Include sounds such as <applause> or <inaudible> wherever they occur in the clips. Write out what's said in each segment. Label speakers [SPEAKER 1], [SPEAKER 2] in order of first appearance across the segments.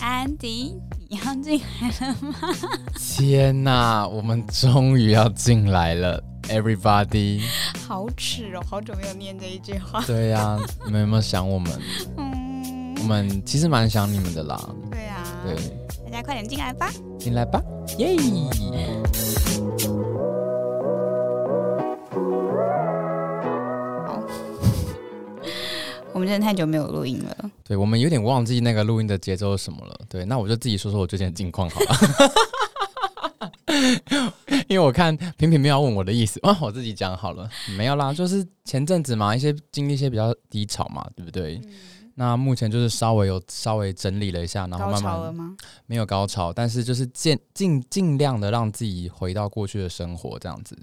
[SPEAKER 1] 安迪，你要进来了吗？
[SPEAKER 2] 天呐，我们终于要进来了，everybody！
[SPEAKER 1] 好耻哦，好久没有念这一句话。 <laughs>
[SPEAKER 2] 对呀、你们有没有想我们？
[SPEAKER 1] 嗯
[SPEAKER 2] 我，们其实蛮想你们的啦。
[SPEAKER 1] 对啊，
[SPEAKER 2] 对，
[SPEAKER 1] 大家快点进来吧。
[SPEAKER 2] 进来吧，耶！
[SPEAKER 1] 我们真的太久没有录音了，
[SPEAKER 2] 对我们有点忘记那个录音的节奏是什么了。对，那我就自己说说我最近的近况好了。 <laughs> 因为我看平平没有问我的意思啊，我自己讲好了，没有啦，就是前阵子嘛，一些经历一些比较低潮嘛，对不对？
[SPEAKER 1] 嗯
[SPEAKER 2] 那目前就是稍微有稍微整理了一下，然后
[SPEAKER 1] 高
[SPEAKER 2] 慢
[SPEAKER 1] 潮了
[SPEAKER 2] 慢
[SPEAKER 1] 吗？
[SPEAKER 2] 没有高潮，但是就是尽尽尽量的让自己回到过去的生活这样子，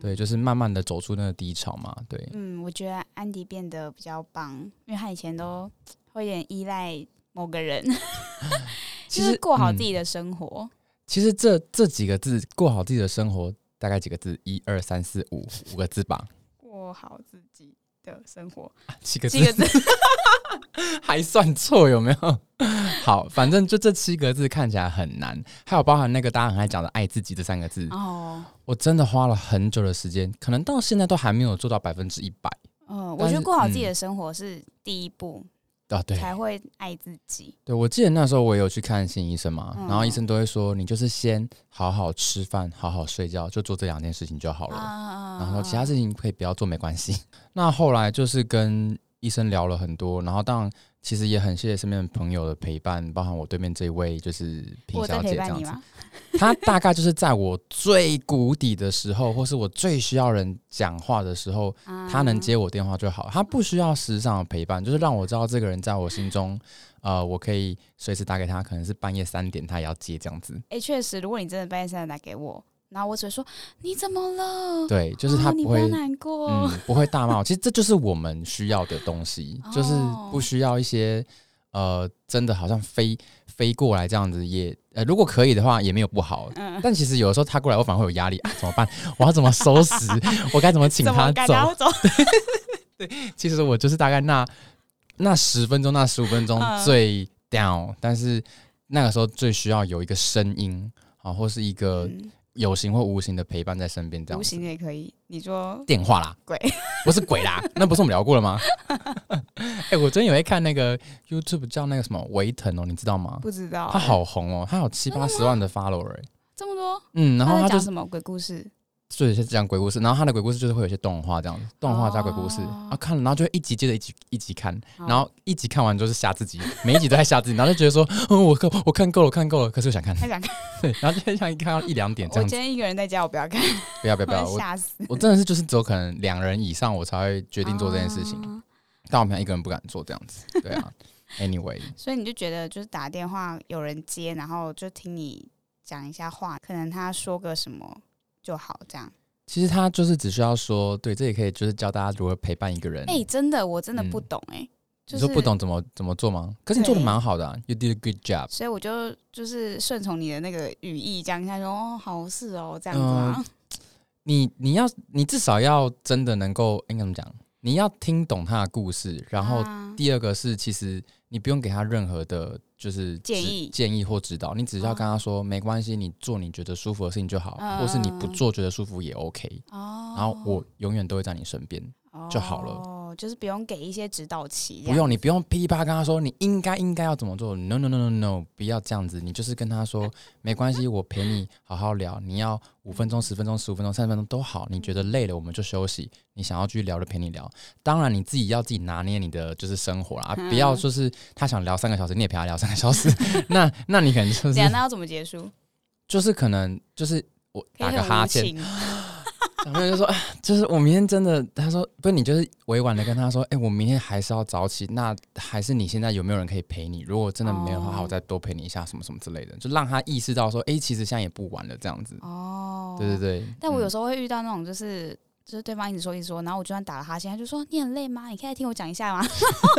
[SPEAKER 2] 对，就是慢慢的走出那个低潮嘛，对，
[SPEAKER 1] 嗯，我觉得安迪变得比较棒，因为他以前都会有点依赖某个人，
[SPEAKER 2] 其
[SPEAKER 1] 就
[SPEAKER 2] 实
[SPEAKER 1] 是过好自
[SPEAKER 2] 嗯
[SPEAKER 1] 己的生活。
[SPEAKER 2] 其实这这几个字，过好自己的生活，大概几个字？一二三四五，五个字吧， <laughs>
[SPEAKER 1] 过好自己的生活，
[SPEAKER 2] 七个字，
[SPEAKER 1] 七个字。
[SPEAKER 2] <laughs> 还算错有没有？ <laughs> 好，反正就这七个字看起来很难，还有包含那个大家很爱讲的“爱自己”这三个字，
[SPEAKER 1] 哦，
[SPEAKER 2] 我真的花了很久的时间，可能到现在都还没有做到百分之一百
[SPEAKER 1] 嗯，我
[SPEAKER 2] 但
[SPEAKER 1] 觉
[SPEAKER 2] 是
[SPEAKER 1] 得过好自己的生活是第一步，
[SPEAKER 2] 啊。对，
[SPEAKER 1] 才会爱自己。
[SPEAKER 2] 对，我记得那时候我也有去看心理医生嘛，
[SPEAKER 1] 嗯
[SPEAKER 2] 然后医生都会说，你就是先好好吃饭，好好睡觉，就做这两件事情就好了。
[SPEAKER 1] 啊
[SPEAKER 2] 然后其他事情可以不要做，没关系。 <laughs> 那后来就是跟医生聊了很多，然后当然其实也很谢谢身边的朋友的陪伴，包含我对面这位就是平
[SPEAKER 1] 我在
[SPEAKER 2] 小姐
[SPEAKER 1] 陪
[SPEAKER 2] 这
[SPEAKER 1] 伴
[SPEAKER 2] 样
[SPEAKER 1] 你
[SPEAKER 2] 子。
[SPEAKER 1] 吗？
[SPEAKER 2] 她大概就是在我最谷底的时候，或是我最需要人讲话的时候，她
[SPEAKER 1] 他
[SPEAKER 2] 能接我电话就好。她不需要时常的陪伴，就是让我知道这个人在我心
[SPEAKER 1] 嗯
[SPEAKER 2] 中，呃，我可以随时打给她，可能是半夜三点她也要接这样子。
[SPEAKER 1] 哎、确实，如果你真的半夜三点打给我，然后我只会说你怎么了？
[SPEAKER 2] 对，就是
[SPEAKER 1] 啊
[SPEAKER 2] 她
[SPEAKER 1] 你
[SPEAKER 2] 不
[SPEAKER 1] 不
[SPEAKER 2] 会、
[SPEAKER 1] 要哦难过。
[SPEAKER 2] 嗯，不会大骂我。其实这就是我们需要的东西，
[SPEAKER 1] 哦
[SPEAKER 2] 就是不需要一些呃，真的好像飞飞过来这样子也呃，如果可以的话也没有不
[SPEAKER 1] <laughs>
[SPEAKER 2] 好。
[SPEAKER 1] 嗯
[SPEAKER 2] 但其实有的时候他过来，我反而会有压力、啊，怎么办？我要怎么
[SPEAKER 1] <laughs>
[SPEAKER 2] 收拾？我该怎么请
[SPEAKER 1] 怎么
[SPEAKER 2] 他
[SPEAKER 1] 赶
[SPEAKER 2] 走？
[SPEAKER 1] 走？
[SPEAKER 2] 其实我就是大概那那十分钟、那十五分钟
[SPEAKER 1] 嗯
[SPEAKER 2] 最 down，、但是那个时候最需要有一个声音啊，或是一个
[SPEAKER 1] 嗯
[SPEAKER 2] 有形或无形的陪伴在身边，这样
[SPEAKER 1] 无
[SPEAKER 2] 子
[SPEAKER 1] 形的也可以。你
[SPEAKER 2] <laughs>
[SPEAKER 1] 说
[SPEAKER 2] 电话啦，
[SPEAKER 1] 鬼
[SPEAKER 2] 不是鬼啦，那不是我们聊过了吗？ <laughs> 哎、我最近有在看那个 YouTube 叫那个什么维腾哦，你知道吗？
[SPEAKER 1] 不知道？
[SPEAKER 2] 他好红哦，他有七八十万的 follower，、欸、
[SPEAKER 1] 这么多，
[SPEAKER 2] 嗯，然后
[SPEAKER 1] 在
[SPEAKER 2] 他就
[SPEAKER 1] 讲
[SPEAKER 2] 是
[SPEAKER 1] 什么鬼故事？
[SPEAKER 2] 就是讲鬼故事，然后他的鬼故事就是会有一些动画这样子，动画加鬼故事，
[SPEAKER 1] 哦
[SPEAKER 2] 啊看了，然后就会一集接着一集一集看，
[SPEAKER 1] 哦
[SPEAKER 2] 然后一集看完就是吓自己，每一集都在吓自己，然后就觉得说， <laughs> 嗯，我看我看够了，我看够了，可是我
[SPEAKER 1] <laughs>
[SPEAKER 2] 想看，
[SPEAKER 1] 他想看，
[SPEAKER 2] 对，然后就很想看到一两点这
[SPEAKER 1] 我
[SPEAKER 2] 样
[SPEAKER 1] 今
[SPEAKER 2] 子，
[SPEAKER 1] 天一个人在家，我不要看，
[SPEAKER 2] 不要不
[SPEAKER 1] 我
[SPEAKER 2] 要不要，
[SPEAKER 1] 会
[SPEAKER 2] 我
[SPEAKER 1] 吓死。
[SPEAKER 2] 我真的是就是只有可能两人以上我才会决定做这件事情。
[SPEAKER 1] 啊
[SPEAKER 2] 但我平常一个人不敢做这样
[SPEAKER 1] <laughs>
[SPEAKER 2] 子。对啊，anyway，
[SPEAKER 1] 所以你就觉得，就是打电话有人接，然后就听你讲一下话，可能他说个什么就好，这样。
[SPEAKER 2] 其实他就是只需要说，对，这也可以就是教大家如何陪伴一个人。
[SPEAKER 1] 哎、真的，我真的不
[SPEAKER 2] 嗯
[SPEAKER 1] 懂哎、就
[SPEAKER 2] 你
[SPEAKER 1] 是
[SPEAKER 2] 说不懂怎么怎么做吗？可是你做的
[SPEAKER 1] 对
[SPEAKER 2] 蛮好的、啊、，You did a good job。
[SPEAKER 1] 所以我就就是顺从你的那个语义讲一下说，哦，好是哦，这样子
[SPEAKER 2] 嗯
[SPEAKER 1] <laughs> 啊，
[SPEAKER 2] 你你要你至少要真的能够，应该怎么讲？你要听懂他的故事，然后
[SPEAKER 1] 啊
[SPEAKER 2] 第二个是，其实你不用给他任何的，就是
[SPEAKER 1] 建
[SPEAKER 2] 指
[SPEAKER 1] 议
[SPEAKER 2] 建议或指导，你只需要
[SPEAKER 1] 哦
[SPEAKER 2] 跟他说，没关系，你做你觉得舒服的事情就好，
[SPEAKER 1] 嗯
[SPEAKER 2] 或是你不
[SPEAKER 1] 嗯嗯
[SPEAKER 2] 做觉得舒服也 OK。
[SPEAKER 1] 哦，
[SPEAKER 2] 然后我永远都会在你身边。就好了
[SPEAKER 1] 哦，就是不用给一些指导期，这
[SPEAKER 2] 不
[SPEAKER 1] 样
[SPEAKER 2] 用，你不用噼里啪啦跟他说你应该应该要怎么做。No no no no no，不要这样子，你就是跟
[SPEAKER 1] <laughs>
[SPEAKER 2] 他说没关系，我陪你好好聊。你要五分钟、十分钟、十五分钟、三十分钟都好，你觉得累了我们就休息。你想要继续聊就陪你聊，当然你自己要自己拿捏你的就是生活啦，
[SPEAKER 1] 嗯
[SPEAKER 2] 不要说是他想聊三个小时，你也陪他聊三个小时。 <laughs> 那那你可能就
[SPEAKER 1] 这样
[SPEAKER 2] 是
[SPEAKER 1] 那要怎么结束？
[SPEAKER 2] 就是可能就是我
[SPEAKER 1] 可以
[SPEAKER 2] 打
[SPEAKER 1] 很
[SPEAKER 2] 个哈
[SPEAKER 1] 无
[SPEAKER 2] 欠， <laughs>
[SPEAKER 1] 情，
[SPEAKER 2] 小朋友就说，啊就是我明天真的，他说不是你，就是委婉的跟他说，哎、我明天还是要早起，那还是你现在有没有人可以陪你？如果真的没有的话，
[SPEAKER 1] 哦
[SPEAKER 2] 我再多陪你一下，什么什么之类的，就让他意识到说，哎、其实现在也不晚了，这样子。
[SPEAKER 1] 哦，
[SPEAKER 2] 对对。对，
[SPEAKER 1] 但我有
[SPEAKER 2] 嗯
[SPEAKER 1] 时候会遇到那种就是。就是对方一直说一直说，然后我就算打了哈欠，他就说你很累吗？你可以来听我讲一
[SPEAKER 2] <laughs>
[SPEAKER 1] 下吗？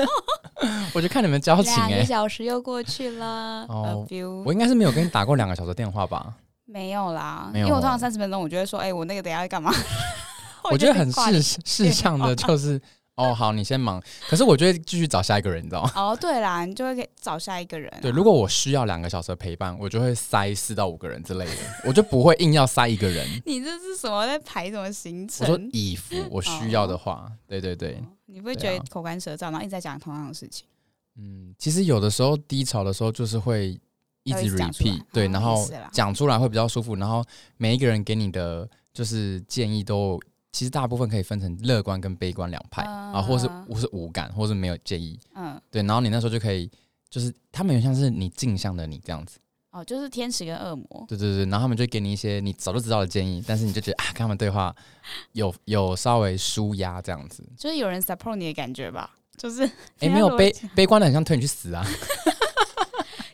[SPEAKER 1] <laughs>
[SPEAKER 2] 嗯我就看你们交情
[SPEAKER 1] 两
[SPEAKER 2] 哎、
[SPEAKER 1] 个小时又过去了
[SPEAKER 2] <laughs> 哦
[SPEAKER 1] ，love you
[SPEAKER 2] 我应该是没有跟你打过两个小时电话吧？
[SPEAKER 1] 没有啦，
[SPEAKER 2] 没有
[SPEAKER 1] 因为我通 <laughs> <laughs> 常
[SPEAKER 2] 哦
[SPEAKER 1] 三十分钟，我就会说，哎、我那个等一下要干嘛？
[SPEAKER 2] 我觉得很
[SPEAKER 1] 挂你
[SPEAKER 2] 适适
[SPEAKER 1] 电
[SPEAKER 2] 向的就是，哦，好，你先忙。可是我就会继续找下一个人，你知道 <laughs> 吗？
[SPEAKER 1] 哦，对啦，你就会给找下一个人啊、
[SPEAKER 2] 对，如果我需要两个小时的陪伴，我就会塞四到五个人之类的，我就不会硬要塞一个人。
[SPEAKER 1] 你这是什么在排什么行
[SPEAKER 2] 我
[SPEAKER 1] 程？
[SPEAKER 2] 说以服
[SPEAKER 1] 嗯
[SPEAKER 2] 我需要的话，对对对，
[SPEAKER 1] 哦你不会
[SPEAKER 2] 对啊
[SPEAKER 1] 觉得口干舌燥，然后一直在讲同样的事情，
[SPEAKER 2] 嗯，其实有的时候低潮的时候就是会一
[SPEAKER 1] 要
[SPEAKER 2] 直
[SPEAKER 1] 一直讲出来
[SPEAKER 2] repeat，对，
[SPEAKER 1] 哦
[SPEAKER 2] 然后
[SPEAKER 1] 也是啦
[SPEAKER 2] 讲出来会比较舒服，然后每一个人给你的就是建议都。其实大部分可以分成乐观跟悲观两派
[SPEAKER 1] 嗯
[SPEAKER 2] 啊，或是或是无感，或是没有建议。
[SPEAKER 1] 嗯，
[SPEAKER 2] 对，然后你那时候就可以，就是他们有像是你镜像的你这样子，
[SPEAKER 1] 哦，就是天使跟恶魔，
[SPEAKER 2] 对对对，然后他们就给你一些你早就知道的建议，但是你就觉得啊，跟他们对话有有稍微舒压这样子，
[SPEAKER 1] 就是有人 support 你的感觉吧，就是
[SPEAKER 2] 哎，
[SPEAKER 1] 人家
[SPEAKER 2] 嗯没有
[SPEAKER 1] 逻
[SPEAKER 2] 悲
[SPEAKER 1] 辑
[SPEAKER 2] 悲观的很像推你去死啊，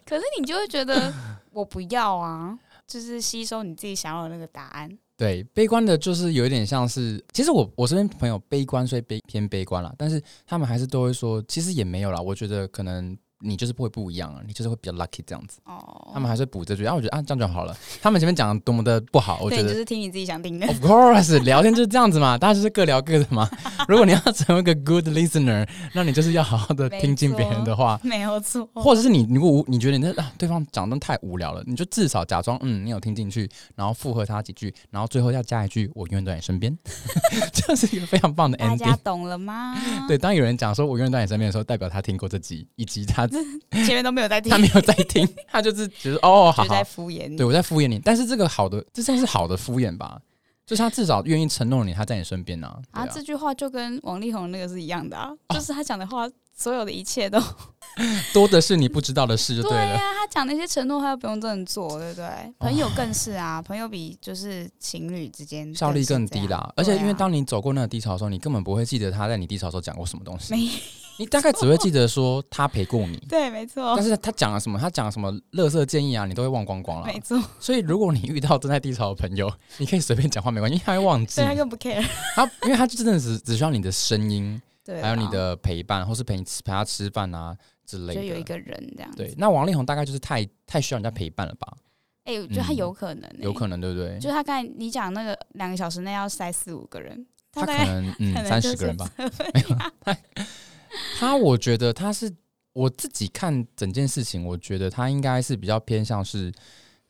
[SPEAKER 1] 可是你就会觉
[SPEAKER 2] <laughs>
[SPEAKER 1] 得我不要啊，就是吸收你自己想要的那个答案。
[SPEAKER 2] 对，悲观的就是有一点像是，其实我我身边朋友悲观，所以悲偏悲观啦，但是他们还是都会说，其实也没有啦，我觉得可能你就是会不一样啊，你就是会比较 lucky 这样子，
[SPEAKER 1] 哦，
[SPEAKER 2] 他们还是补这句，啊，我觉得啊这样就好了，他们前面讲的多么的不好，我
[SPEAKER 1] 对，
[SPEAKER 2] 觉
[SPEAKER 1] 你就
[SPEAKER 2] 得。哦
[SPEAKER 1] 是听你自己想听的。
[SPEAKER 2] Of course，聊天就是这样子嘛，大家就是各聊各的嘛。如果你要成为一个 good listener，那你就是要好好的
[SPEAKER 1] 没
[SPEAKER 2] 听进别人的话，
[SPEAKER 1] <laughs> 没有错，
[SPEAKER 2] 或者是你如果无你觉得你那、啊、对方讲的太无聊了，你就至少假装嗯你有听进去，然后附和他几句，然后最后要加一句我永远都在你身边， <laughs> 这是一个非常棒的
[SPEAKER 1] 大家
[SPEAKER 2] ending。
[SPEAKER 1] 懂了
[SPEAKER 2] <laughs>
[SPEAKER 1] 吗？
[SPEAKER 2] 对，当有人讲说“我永远都在你身边”的时候，代表他听过这集，以及他
[SPEAKER 1] 前面都没有在听
[SPEAKER 2] 他，没有在听，他就是觉得哦，好
[SPEAKER 1] 就在
[SPEAKER 2] 好，
[SPEAKER 1] 敷衍
[SPEAKER 2] 对
[SPEAKER 1] 你。
[SPEAKER 2] 我在敷衍你。但是这个好的，这算是好的敷衍吧？就是他至少愿意承诺你他在你身边呐、啊。哦
[SPEAKER 1] 啊，
[SPEAKER 2] 对
[SPEAKER 1] 这句话就跟王力宏那个是一样的啊，就是他讲的话，所有的一
[SPEAKER 2] <laughs>
[SPEAKER 1] 切都
[SPEAKER 2] 啊，多的是你不知道的事就对了。哦
[SPEAKER 1] 呀、他讲那些承诺，他又不用真的做，对不对？朋友更是啊，朋友比就是情侣之间
[SPEAKER 2] 效率更低
[SPEAKER 1] 是这样
[SPEAKER 2] 啦。而且因
[SPEAKER 1] 对
[SPEAKER 2] 为、
[SPEAKER 1] 啊
[SPEAKER 2] 当你走过那个低潮的时候，你根本不会记得他在你低潮的时候讲过什么东西
[SPEAKER 1] 没，
[SPEAKER 2] <laughs> 你大概只会记得说他陪过你。
[SPEAKER 1] 对，没错
[SPEAKER 2] 但，是他讲了什么，他讲了什么乐色建议啊，你都会忘光光了
[SPEAKER 1] 没。错，
[SPEAKER 2] 所以如果你遇到正在低潮的朋友，你可以随便讲话没关系，因为他会忘记
[SPEAKER 1] 所以。他更不 care。
[SPEAKER 2] 他因为他就真的只只需要你的声音，
[SPEAKER 1] 对，啊
[SPEAKER 2] 还有你，的陪伴，或是陪你吃陪他吃饭啊之类
[SPEAKER 1] 就有一
[SPEAKER 2] 的。
[SPEAKER 1] 个人这样。
[SPEAKER 2] 对，，那王力宏大概就是太太需要人家陪伴了吧？
[SPEAKER 1] 哎、我觉得他
[SPEAKER 2] 嗯
[SPEAKER 1] 有可能、欸
[SPEAKER 2] 有可能对不对
[SPEAKER 1] 能，就？他刚才你讲那个两个小时内要塞四五个人，
[SPEAKER 2] 他
[SPEAKER 1] 大
[SPEAKER 2] 可
[SPEAKER 1] 概
[SPEAKER 2] 能嗯
[SPEAKER 1] 可能
[SPEAKER 2] 三
[SPEAKER 1] 就
[SPEAKER 2] 十个人
[SPEAKER 1] 是
[SPEAKER 2] 吧， <laughs> 他我觉得他是我自己看整件事情，我觉得他应该是比较偏向是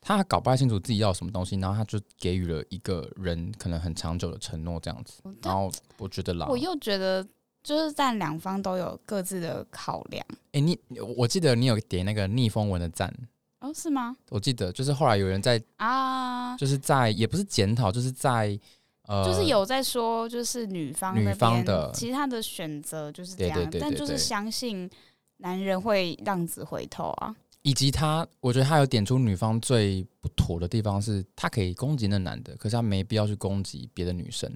[SPEAKER 2] 他搞不太清楚自己要什么东西，然后他就给予了一个人可能很长久的承诺这样子。然后我觉得啦，
[SPEAKER 1] 我
[SPEAKER 2] 哎、
[SPEAKER 1] 又觉得。就是但两方都有各自的考量
[SPEAKER 2] 你我记得你有点那个逆风文的赞，
[SPEAKER 1] 哦，是吗？
[SPEAKER 2] 我记得就是后来有人在
[SPEAKER 1] 啊，
[SPEAKER 2] 就是在也不是检讨，就是在呃
[SPEAKER 1] 就是有在说，就是女方
[SPEAKER 2] 女
[SPEAKER 1] 那
[SPEAKER 2] 方
[SPEAKER 1] 边
[SPEAKER 2] 的
[SPEAKER 1] 其实她的选择就是这
[SPEAKER 2] 对
[SPEAKER 1] 样，
[SPEAKER 2] 对对
[SPEAKER 1] 但
[SPEAKER 2] 对
[SPEAKER 1] 就是
[SPEAKER 2] 对
[SPEAKER 1] 相信男人会浪子回头啊。
[SPEAKER 2] 以及他，我觉得他有点出女方最不妥的地方是，他可以攻击那男的，可是他没必要去攻击别的女生。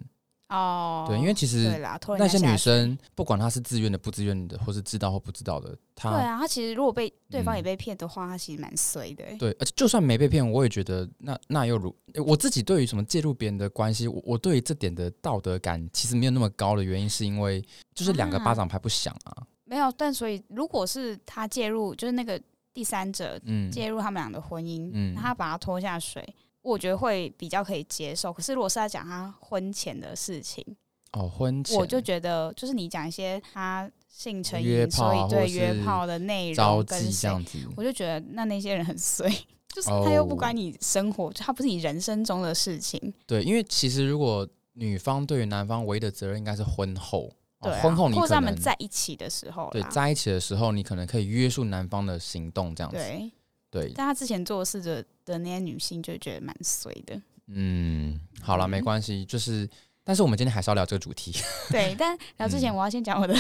[SPEAKER 1] 哦，
[SPEAKER 2] 对，因为其
[SPEAKER 1] 对
[SPEAKER 2] 实
[SPEAKER 1] 啦，拖人
[SPEAKER 2] 那
[SPEAKER 1] 家
[SPEAKER 2] 些
[SPEAKER 1] 下
[SPEAKER 2] 女
[SPEAKER 1] 水，
[SPEAKER 2] 生，不管她是自愿的、不自愿的，或是知道或不知道的，
[SPEAKER 1] 对
[SPEAKER 2] 她
[SPEAKER 1] 啊，她其实如果被对方也
[SPEAKER 2] 嗯
[SPEAKER 1] 被骗的话，她其实蛮衰的、欸。
[SPEAKER 2] 对，而且就算没被骗，我也觉得那那又如我自己对于什么介入别人的关系，我我对于这点的道德感其实没有那么高的原因，是因为就是两个
[SPEAKER 1] 啊
[SPEAKER 2] 巴掌拍不响啊，
[SPEAKER 1] 没有，但所以如果是她介入，就是那个第三者
[SPEAKER 2] 嗯，
[SPEAKER 1] 介入他们俩的婚姻，
[SPEAKER 2] 嗯
[SPEAKER 1] 那他把她拖下水，我觉得会比较可以接受。可是如果是他讲他婚前的事情，
[SPEAKER 2] 哦，婚前
[SPEAKER 1] 我就觉得，就是你讲一些他性成
[SPEAKER 2] 约
[SPEAKER 1] 瘾，
[SPEAKER 2] 炮
[SPEAKER 1] 所
[SPEAKER 2] 啊
[SPEAKER 1] 以对
[SPEAKER 2] 或
[SPEAKER 1] 约
[SPEAKER 2] 是
[SPEAKER 1] 炮的内
[SPEAKER 2] 招
[SPEAKER 1] 容跟
[SPEAKER 2] 妓这
[SPEAKER 1] 谁，
[SPEAKER 2] 样子，
[SPEAKER 1] 我就觉得那那些人很衰， <laughs> 就是他又不
[SPEAKER 2] 哦
[SPEAKER 1] 关你生活，就他不是你人生中的事情。
[SPEAKER 2] 对，因为其实如果女方对于男方唯一的责任应该是婚后，哦
[SPEAKER 1] 对啊，
[SPEAKER 2] 婚后你
[SPEAKER 1] 或
[SPEAKER 2] 可
[SPEAKER 1] 是他们
[SPEAKER 2] 能
[SPEAKER 1] 在一起的时候啦，
[SPEAKER 2] 对在一起的时候，你可能可以约束男方的行动这样子。
[SPEAKER 1] 对
[SPEAKER 2] 对，
[SPEAKER 1] 但他之前做的事的的那些女性，就觉得蛮衰
[SPEAKER 2] <laughs>
[SPEAKER 1] 的。
[SPEAKER 2] 嗯，好了，没
[SPEAKER 1] 嗯
[SPEAKER 2] 关系，就是。但是我们今天还是要聊这个主题， <laughs>
[SPEAKER 1] 对，但聊之前
[SPEAKER 2] 嗯
[SPEAKER 1] 我要先讲我的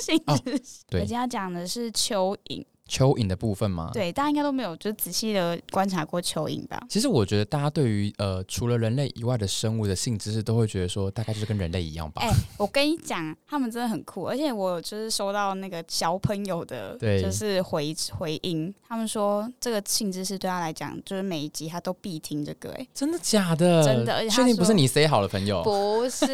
[SPEAKER 1] 性
[SPEAKER 2] 哦
[SPEAKER 1] 质。我
[SPEAKER 2] 对啊
[SPEAKER 1] 今天要讲的是蚯蚓，
[SPEAKER 2] 蚯蚓的部分嘛。，
[SPEAKER 1] 对，大家应该都没有就仔细的观察过蚯蚓吧？
[SPEAKER 2] 其实我觉得大家对于呃除了人类以外的生物的性知识，都会觉得说大概就是跟人类一样吧。
[SPEAKER 1] 哎、我跟你讲，他们真的很酷，而且我就是收到那个小朋友的，
[SPEAKER 2] 对
[SPEAKER 1] 就是回回音，他们说这个性知识对他来讲，就是每一集他都必听这个、哎、
[SPEAKER 2] 真的假的？
[SPEAKER 1] 真的而且他
[SPEAKER 2] 确定不
[SPEAKER 1] 说 <laughs>
[SPEAKER 2] 哦是你 say 好了，朋友？
[SPEAKER 1] 不是，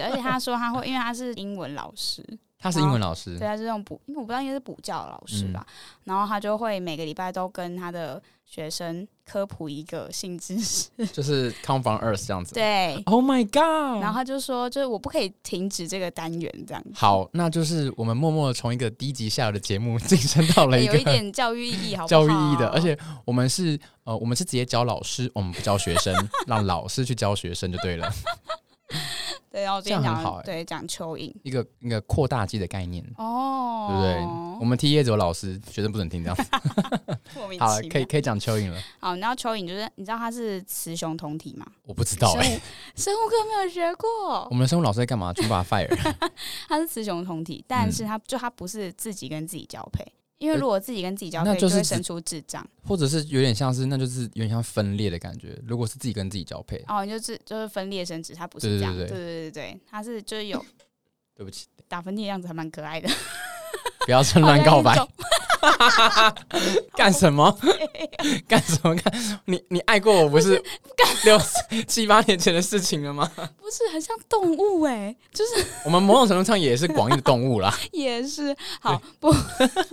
[SPEAKER 1] 而且他说他会，因为他是英文老师，
[SPEAKER 2] 他是英文老师
[SPEAKER 1] 啊对，，他是用补，因为我不知道应该是补教老师吧。
[SPEAKER 2] 嗯
[SPEAKER 1] 然后他就会每个礼拜都跟他的学生科普一个性知
[SPEAKER 2] <laughs>
[SPEAKER 1] 识，
[SPEAKER 2] 就是 come from earth 这样子。
[SPEAKER 1] 对。
[SPEAKER 2] Oh my god！
[SPEAKER 1] 然后他就说，就是我不可以停止这个单元这样子。
[SPEAKER 2] 好，那就是我们默默的从一个低级下流的节目晋升到了一
[SPEAKER 1] 哎有一
[SPEAKER 2] 个
[SPEAKER 1] 点教育意义，好不好
[SPEAKER 2] 教育意义的，而且我们是呃，我们是直接教老师，我们不教学生，让老师去教学生就对了， <laughs>
[SPEAKER 1] 对，然后我
[SPEAKER 2] 这
[SPEAKER 1] 今
[SPEAKER 2] 样
[SPEAKER 1] 天
[SPEAKER 2] 很
[SPEAKER 1] 讲
[SPEAKER 2] 好欸
[SPEAKER 1] 对讲蚯蚓
[SPEAKER 2] 一个一个扩大机的概念，
[SPEAKER 1] 哦，
[SPEAKER 2] 对不对？我们 T A 只有老师，学生不准听这
[SPEAKER 1] <laughs>
[SPEAKER 2] 样。
[SPEAKER 1] 对？莫名
[SPEAKER 2] 好，
[SPEAKER 1] 其
[SPEAKER 2] 可以
[SPEAKER 1] 妙。
[SPEAKER 2] 可以讲蚯蚓了，
[SPEAKER 1] 好，你知道蚯蚓就是你知道它是雌雄同体吗？
[SPEAKER 2] 我不知道
[SPEAKER 1] 生
[SPEAKER 2] 哎、
[SPEAKER 1] 物生物课没有学过
[SPEAKER 2] 我，们的生物老师在干嘛？就把 fire <laughs>
[SPEAKER 1] 它是雌雄同体，但
[SPEAKER 2] 嗯
[SPEAKER 1] 是它就它不是自己跟自己交配，因为如果自己跟自己交
[SPEAKER 2] 呃那
[SPEAKER 1] 配，
[SPEAKER 2] 就
[SPEAKER 1] 就是会
[SPEAKER 2] 指
[SPEAKER 1] 生出智障。
[SPEAKER 2] 或者是有点像是，那就是有点像分裂的感觉。如果是自己跟自己交配，
[SPEAKER 1] 哦，就是就是分裂生殖，它不
[SPEAKER 2] 对
[SPEAKER 1] 是
[SPEAKER 2] 对
[SPEAKER 1] 这样，
[SPEAKER 2] 对
[SPEAKER 1] 对对对对，它是就是
[SPEAKER 2] <laughs>
[SPEAKER 1] 有
[SPEAKER 2] 对不起，
[SPEAKER 1] 打喷嚏的样子，还蛮可爱
[SPEAKER 2] <laughs>
[SPEAKER 1] 的。
[SPEAKER 2] 不要趁乱告
[SPEAKER 1] 好
[SPEAKER 2] 白
[SPEAKER 1] 像，
[SPEAKER 2] 干
[SPEAKER 1] <laughs>
[SPEAKER 2] 什么？干什么？干你你爱过我不是六七八年前的事情了吗？
[SPEAKER 1] 不是很像动物哎、就是
[SPEAKER 2] 我们某种程度上也是广义的动
[SPEAKER 1] <laughs>
[SPEAKER 2] 物啦。
[SPEAKER 1] 也是好不